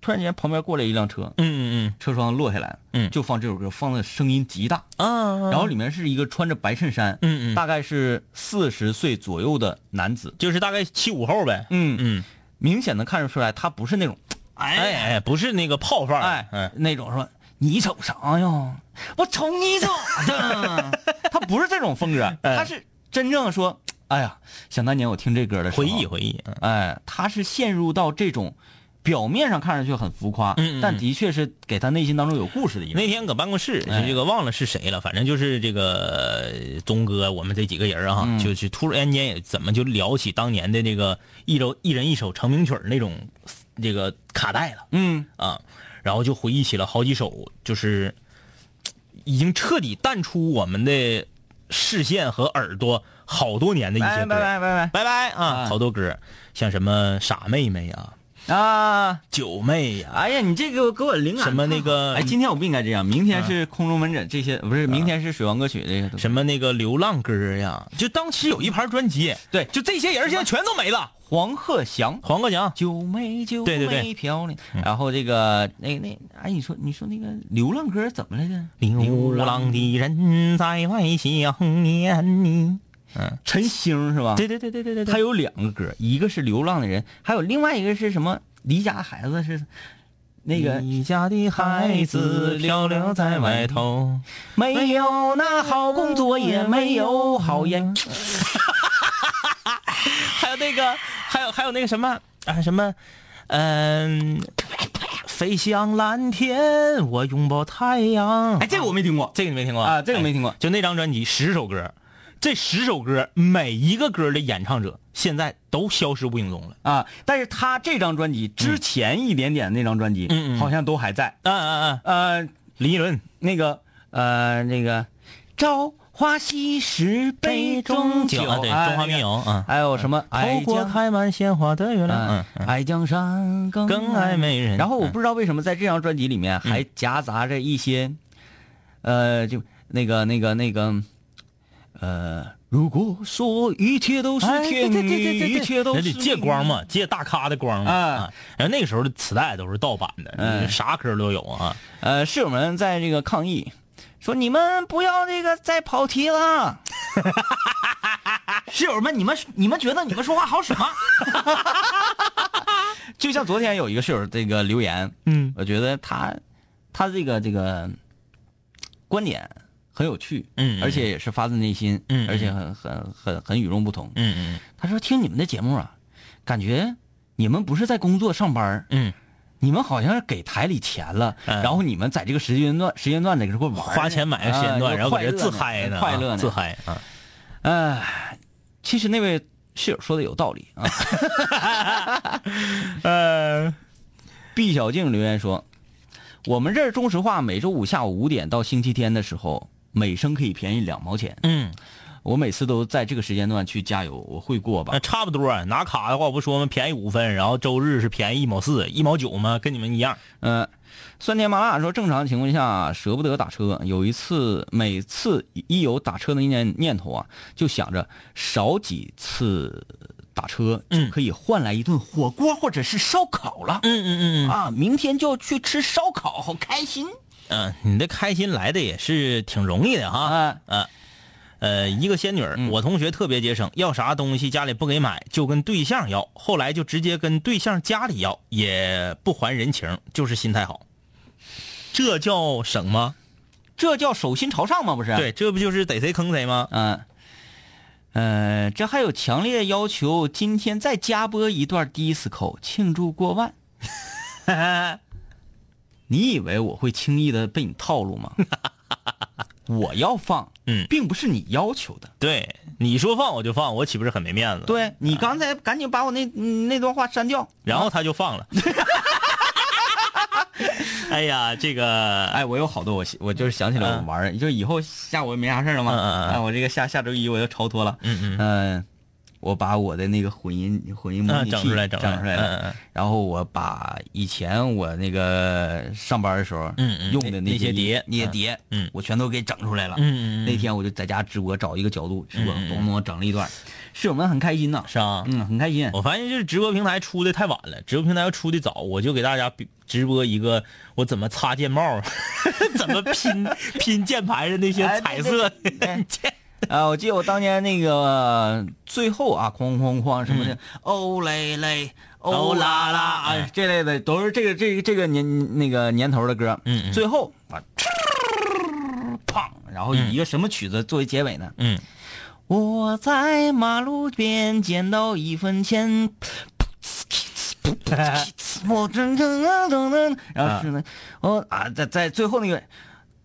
[SPEAKER 3] 突然间旁边过来一辆车，
[SPEAKER 4] 嗯嗯
[SPEAKER 3] 车窗落下来，
[SPEAKER 4] 嗯
[SPEAKER 3] 就放这首歌，放的声音极大。
[SPEAKER 4] 嗯啊，
[SPEAKER 3] 然后里面是一个穿着白衬衫，
[SPEAKER 4] 嗯嗯
[SPEAKER 3] 大概是四十岁左右的男子，
[SPEAKER 4] 就是大概七五后呗，
[SPEAKER 3] 嗯
[SPEAKER 4] 嗯，
[SPEAKER 3] 明显能看得出来他不是那种，
[SPEAKER 4] 哎哎，不是那个泡范儿，
[SPEAKER 3] 哎
[SPEAKER 4] 哎，
[SPEAKER 3] 那种说你瞅啥呀，我瞅你咋的， 他不是这种风格，
[SPEAKER 4] 哎
[SPEAKER 3] 他是真正说，哎呀，想当年我听这歌的时候，
[SPEAKER 4] 回忆回忆，嗯
[SPEAKER 3] 哎，他是陷入到这种。表面上看上去很浮夸，
[SPEAKER 4] 嗯嗯嗯
[SPEAKER 3] 但的确是给他内心当中有故事的一个人。
[SPEAKER 4] 那天搁办公室，
[SPEAKER 3] 哎
[SPEAKER 4] 这个忘了是谁了，反正就是这个呃东哥，我们这几个人啊，就是突然间也怎么就聊起当年的这个一周一人一首成名曲儿那种这个卡带了
[SPEAKER 3] 嗯，
[SPEAKER 4] 啊，然后就回忆起了好几首，就是嘖已经彻底淡出我们的视线和耳朵好多年的一些
[SPEAKER 3] 拜
[SPEAKER 4] 歌，
[SPEAKER 3] 拜拜
[SPEAKER 4] 拜拜啊，好多歌，像什么傻妹妹啊、
[SPEAKER 3] 拜啊！
[SPEAKER 4] 九妹呀、
[SPEAKER 3] 哎呀，你这个给我灵感
[SPEAKER 4] 什么
[SPEAKER 3] 太好
[SPEAKER 4] 那个
[SPEAKER 3] 哎，今天我不应该这样，明天是空中门诊这些，
[SPEAKER 4] 嗯
[SPEAKER 3] 不是明天是水王歌曲这个
[SPEAKER 4] 什
[SPEAKER 3] 么
[SPEAKER 4] 么那个流浪歌呀，就当时有一盘专辑，
[SPEAKER 3] 对
[SPEAKER 4] 就这些人现在全都没了。
[SPEAKER 3] 黄鹤翔。
[SPEAKER 4] 黄国强，
[SPEAKER 3] 九妹九
[SPEAKER 4] 对对对
[SPEAKER 3] 妹漂亮，
[SPEAKER 4] 嗯
[SPEAKER 3] 然后这个那那哎，你说你说那个流浪歌怎么来着？
[SPEAKER 4] 流浪的人在外想念你。嗯
[SPEAKER 3] 陈星是吧？
[SPEAKER 4] 对对对对对对对，
[SPEAKER 3] 他有两个歌，一个是流浪的人，还有另外一个是什么？离家的孩子是那个
[SPEAKER 4] 你家的孩子漂流在外头，
[SPEAKER 3] 没有那好工作，也没有好 烟。
[SPEAKER 4] 还有那个，还有还有那个什么啊什么，嗯、飞向蓝天，我拥抱太阳。
[SPEAKER 3] 哎，这个我没听过
[SPEAKER 4] 这个你没听过
[SPEAKER 3] 啊，这个没听过
[SPEAKER 4] 哎。就那张专辑十首歌，这十首歌每一个歌的演唱者现在都消失无影踪了。
[SPEAKER 3] 啊，但是他这张专辑之前一点点那张专辑，
[SPEAKER 4] 嗯嗯
[SPEAKER 3] 好像都还在。
[SPEAKER 4] 嗯嗯嗯，
[SPEAKER 3] 呃，
[SPEAKER 4] 林依轮，
[SPEAKER 3] 那个呃，那个“朝花夕拾杯中酒”，
[SPEAKER 4] 啊对，
[SPEAKER 3] 哎
[SPEAKER 4] 中华民。谣啊
[SPEAKER 3] 那个。还有什么？
[SPEAKER 4] 透
[SPEAKER 3] 爱
[SPEAKER 4] 过
[SPEAKER 3] 江
[SPEAKER 4] 开满鲜花的月亮，嗯
[SPEAKER 3] 嗯，爱江山更
[SPEAKER 4] 更爱
[SPEAKER 3] 爱
[SPEAKER 4] 美人嗯
[SPEAKER 3] 然后我不知道为什么在这张专辑里面还夹杂着一些，呃，就那个那个那个，呃，
[SPEAKER 2] 如果说一切都是
[SPEAKER 3] 哎对对
[SPEAKER 2] 天意，
[SPEAKER 3] 对对对对
[SPEAKER 2] 一切都
[SPEAKER 4] 那
[SPEAKER 2] 是
[SPEAKER 4] 得借光嘛，借大咖的光嘛。
[SPEAKER 3] 哎
[SPEAKER 4] 啊，然后那个时候的磁带都是盗版的，啥歌都有啊。
[SPEAKER 3] 呃，室友们在这个抗议，说你们不要这个再跑题了。 室友们，你们你们觉得你们说话好使吗？ 就像昨天有一个室友这个留言，
[SPEAKER 4] 嗯，
[SPEAKER 3] 我觉得他他这个这个观点很有趣，
[SPEAKER 4] 嗯嗯
[SPEAKER 3] 而且也是发自内心，
[SPEAKER 4] 嗯嗯
[SPEAKER 3] 而且很很很很与众不同。
[SPEAKER 4] 嗯
[SPEAKER 3] 他说听你们的节目啊，感觉你们不是在工作上班儿，
[SPEAKER 4] 嗯
[SPEAKER 3] 你们好像是给台里钱了，
[SPEAKER 4] 嗯
[SPEAKER 3] 然后你们在这个时间段时间段在这块玩
[SPEAKER 4] 嗯，
[SPEAKER 3] 儿呢，
[SPEAKER 4] 花钱买个时间段，
[SPEAKER 3] 啊
[SPEAKER 4] 然后搁这自
[SPEAKER 3] 快
[SPEAKER 4] 嗨
[SPEAKER 3] 乐
[SPEAKER 4] 呢，
[SPEAKER 3] 快乐呢，
[SPEAKER 4] 自。嗨啊。
[SPEAKER 3] 哎，其实那位室友说的有道理啊。嗯
[SPEAKER 4] 呃，
[SPEAKER 3] 毕小静留言说，我们这儿中石化每周五下午五点到星期天的时候，每升可以便宜两毛钱。
[SPEAKER 4] 嗯，
[SPEAKER 3] 我每次都在这个时间段去加油，我会过吧
[SPEAKER 4] 那？差不多。啊拿卡的话，我不说吗？便宜五分，然后周日是便宜一毛四、一毛九嘛，跟你们一样。
[SPEAKER 3] 嗯、酸甜麻辣说，正常情况下舍不得打车。有一次，每次一有打车的念念头啊，就想着少几次打车就可以换来一顿火锅或者是烧烤了。
[SPEAKER 4] 嗯嗯嗯
[SPEAKER 3] 啊，明天就要去吃烧烤，好开心！
[SPEAKER 4] 嗯，你的开心来的也是挺容易的哈。
[SPEAKER 3] 啊嗯
[SPEAKER 4] 啊，呃，一个仙女儿，我同学特别节省，要啥东西家里不给买，就跟对象要，后来就直接跟对象家里要，也不还人情，就是心态好。这叫省吗？
[SPEAKER 3] 这叫手心朝上吗？不是？，
[SPEAKER 4] 对，这不就是逮谁坑谁吗？
[SPEAKER 3] 嗯、呃，这还有强烈要求，今天再加播一段 disco 庆祝过万。 你以为我会轻易的被你套路吗？ 我要放，
[SPEAKER 4] 嗯
[SPEAKER 3] 并不是你要求的。
[SPEAKER 4] 对，你说放我就放，我岂不是很没面子？，
[SPEAKER 3] 对嗯你刚才赶紧把我那嗯那段话删掉。
[SPEAKER 4] 然后他就放 了。哎呀，这个，
[SPEAKER 3] 哎，我有好多，我我就是想起来我玩儿，就以后下午没啥事儿了嘛。
[SPEAKER 4] 嗯嗯嗯
[SPEAKER 3] 哎，我这个下下周一我就超脱了。
[SPEAKER 4] 嗯
[SPEAKER 3] 嗯，我把我的那个混音混音模
[SPEAKER 4] 嗯
[SPEAKER 3] 拟器
[SPEAKER 4] 整出来
[SPEAKER 3] 啊整
[SPEAKER 4] 整出
[SPEAKER 3] 出来
[SPEAKER 4] 来
[SPEAKER 3] 了
[SPEAKER 4] 嗯嗯嗯
[SPEAKER 3] 然后我把以前我那个上班的时候
[SPEAKER 4] 嗯嗯
[SPEAKER 3] 用的些
[SPEAKER 4] 那些碟
[SPEAKER 3] 那些碟，
[SPEAKER 4] 嗯
[SPEAKER 3] 我全都给整出来了。
[SPEAKER 4] 嗯嗯嗯嗯
[SPEAKER 3] 那天我就在家直播，找一个角度直播，咚咚整了一段，室友们很开心呐，
[SPEAKER 4] 是啊，
[SPEAKER 3] 嗯，很开心。
[SPEAKER 4] 我发现就是直播平台出的太晚了，直播平台要出的早，我就给大家比直播一个我怎么擦键帽， 怎么 拼拼键盘上那些彩色
[SPEAKER 3] 哎 对对对 啊，我记得我当年那个最后啊，哐哐哐什么
[SPEAKER 4] 嗯
[SPEAKER 3] 的，哦嘞嘞，哦啦啦啊
[SPEAKER 4] 哎
[SPEAKER 3] 这类的，都是这个这个这个年那个年头的歌。
[SPEAKER 4] 嗯嗯
[SPEAKER 3] 最后啊，砰，然后以一个什么曲子作为结尾呢？
[SPEAKER 4] 嗯，
[SPEAKER 3] 我在马路边捡到一分钱。我真真啊噔噔，然后是呢，我啊，在在最后那个，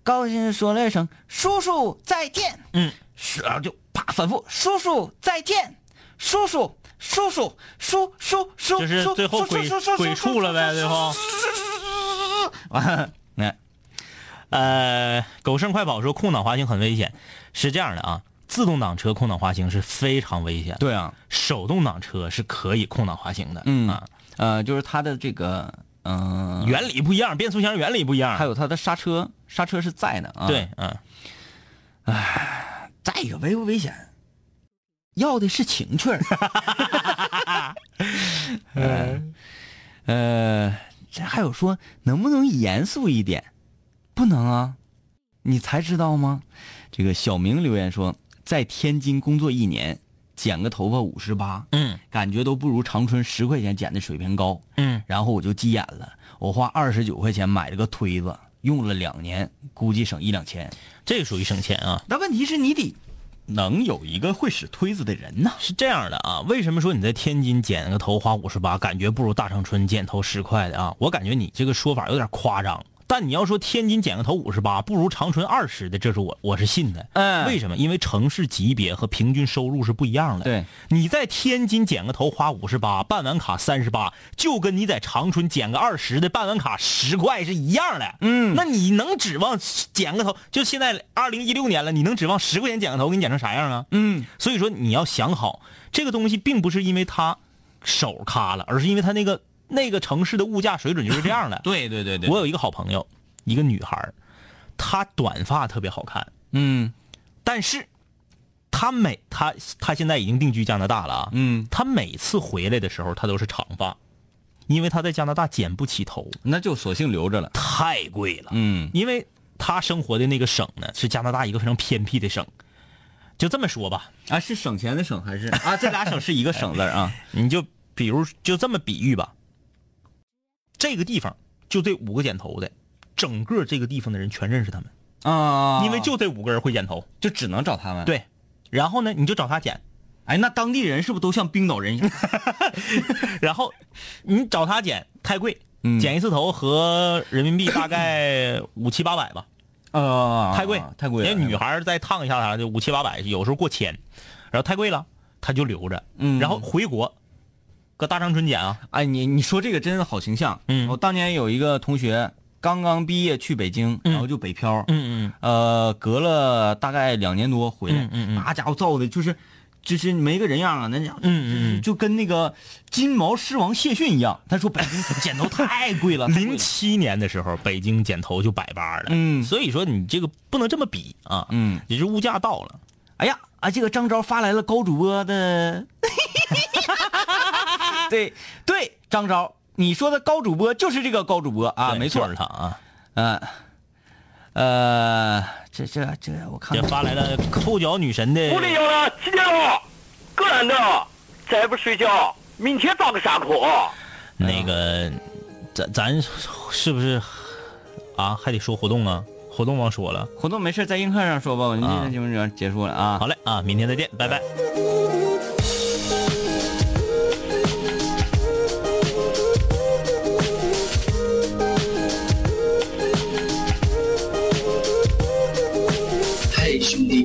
[SPEAKER 3] 高兴地说了一声“叔叔再见”，
[SPEAKER 4] 嗯，
[SPEAKER 3] 是然后就啪反复“叔叔再见”，叔叔叔叔叔叔叔，
[SPEAKER 4] 就是
[SPEAKER 3] 叔
[SPEAKER 4] 最后
[SPEAKER 3] 叔
[SPEAKER 4] 鬼
[SPEAKER 3] 叔叔
[SPEAKER 4] 鬼畜了呗，对不？
[SPEAKER 3] 完，哎，
[SPEAKER 4] 呃，狗剩快跑说空挡滑行很危险，是这样的啊，自动挡车空挡滑行是非常危险的，
[SPEAKER 3] 对啊，
[SPEAKER 4] 手动挡车是可以空挡滑行的，
[SPEAKER 3] 嗯
[SPEAKER 4] 啊，
[SPEAKER 3] 呃，就是它的这个，嗯、
[SPEAKER 4] 原理不一样，变速箱原理不一样，
[SPEAKER 3] 还有它的刹车，刹车是在的啊。
[SPEAKER 4] 对，，嗯，
[SPEAKER 3] 再一个危不危险，要的是情 趣儿。
[SPEAKER 4] 哎
[SPEAKER 3] 嗯呃，呃，这还有说能不能严肃一点？不能啊，你才知道吗？这个小明留言说，在天津工作一年，剪个头发五十八，
[SPEAKER 4] 嗯，
[SPEAKER 3] 感觉都不如长春十块钱剪的水平高，
[SPEAKER 4] 嗯，
[SPEAKER 3] 然后我就急眼了，我花二十九块钱买了个推子，用了两年，估计省一两千。
[SPEAKER 4] 这个属于省钱啊，
[SPEAKER 3] 那问题是你得能有一个会使推子的人呐。
[SPEAKER 4] 是这样的啊，为什么说你在天津剪个头花五十八，感觉不如大长春剪头十块的啊？我感觉你这个说法有点夸张。但你要说天津剪个头五十八，不如长春二十的，这是我我是信的。
[SPEAKER 3] 嗯
[SPEAKER 4] 为什么？因为城市级别和平均收入是不一样的。
[SPEAKER 3] 对，。
[SPEAKER 4] 你在天津剪个头花五十八，办完卡三十八，就跟你在长春剪个二十的，办完卡十块是一样的。嗯，那你能指望剪个头？就现在二零一六年了，你能指望十块钱剪个头给你剪成啥样啊？嗯，所以说你要想好，这个东西并不是因为它手卡了，而是因为它那个那个城市的物价水准就是这样的
[SPEAKER 3] 对对对
[SPEAKER 4] 我有一个好朋友，一个女孩儿，她短发特别好看，
[SPEAKER 3] 嗯
[SPEAKER 4] 但是他每他他现在已经定居加拿大了啊，
[SPEAKER 3] 嗯，
[SPEAKER 4] 他每次回来的时候他都是长发，因为他在加拿大剪不起头，
[SPEAKER 3] 那就索性留着了。
[SPEAKER 4] 太贵了，
[SPEAKER 3] 嗯，
[SPEAKER 4] 因为他生活的那个省呢是加拿大一个非常偏僻的省，就这么说吧，
[SPEAKER 3] 啊，是省钱的省还是啊？这俩省是一个省字儿啊。
[SPEAKER 4] 你就比如就这么比喻吧，这个地方就这五个剪头的，整个这个地方的人全认识他们，
[SPEAKER 3] 啊，
[SPEAKER 4] 因为就这五个人会剪头，
[SPEAKER 3] 就只能找他们。，
[SPEAKER 4] 对，然后呢你就找他剪，
[SPEAKER 3] 哎，那当地人是不是都像冰岛人一样？
[SPEAKER 4] 然后你找他剪太贵，剪一次头合人民币大 概五七八百吧，
[SPEAKER 3] 啊
[SPEAKER 4] 太贵哎
[SPEAKER 3] 太贵了。
[SPEAKER 4] 人家女孩儿再烫一下啥就五七八百，有时候过千，然后太贵了，他就留着，
[SPEAKER 3] 嗯
[SPEAKER 4] 然后回国，搁大长春剪啊，
[SPEAKER 3] 哎，你你说这个真的好形象。
[SPEAKER 4] 嗯
[SPEAKER 3] 我当年有一个同学刚刚毕业去北京，然后就北漂。
[SPEAKER 4] 嗯嗯
[SPEAKER 3] 呃，隔了大概两年多回来，
[SPEAKER 4] 嗯嗯嗯
[SPEAKER 3] 那家伙造的就是，就是没个人样啊，那家伙，
[SPEAKER 4] 嗯嗯嗯
[SPEAKER 3] 就跟那个金毛狮王谢逊一样。他说北哎京剪头太贵 了，太贵了
[SPEAKER 4] 零七年的时候，北京剪头就百八了，
[SPEAKER 3] 嗯
[SPEAKER 4] 所以说你这个不能这么比啊，
[SPEAKER 3] 嗯，
[SPEAKER 4] 也是物价到了，
[SPEAKER 3] 哎呀啊，这个张昭发来了高主播 的，对对，张昭，你说的高主播就是这个高主播啊，
[SPEAKER 4] 对
[SPEAKER 3] 没
[SPEAKER 4] 就
[SPEAKER 3] 错
[SPEAKER 4] 是，他啊，
[SPEAKER 3] 嗯、呃，呃，这这这，我看
[SPEAKER 4] 这
[SPEAKER 3] 看，
[SPEAKER 4] 发来了抠脚女神的，
[SPEAKER 8] 屋里有了，几点了？个人的，再不睡觉，明天早个上课。
[SPEAKER 4] 那个，咱咱是不是啊？还得说活动啊？活动忘说了。
[SPEAKER 3] 活动没事在映客上说吧，我们今天节目就结束了啊。
[SPEAKER 4] 好嘞啊，明天再见，拜拜。
[SPEAKER 9] 嘿，兄弟，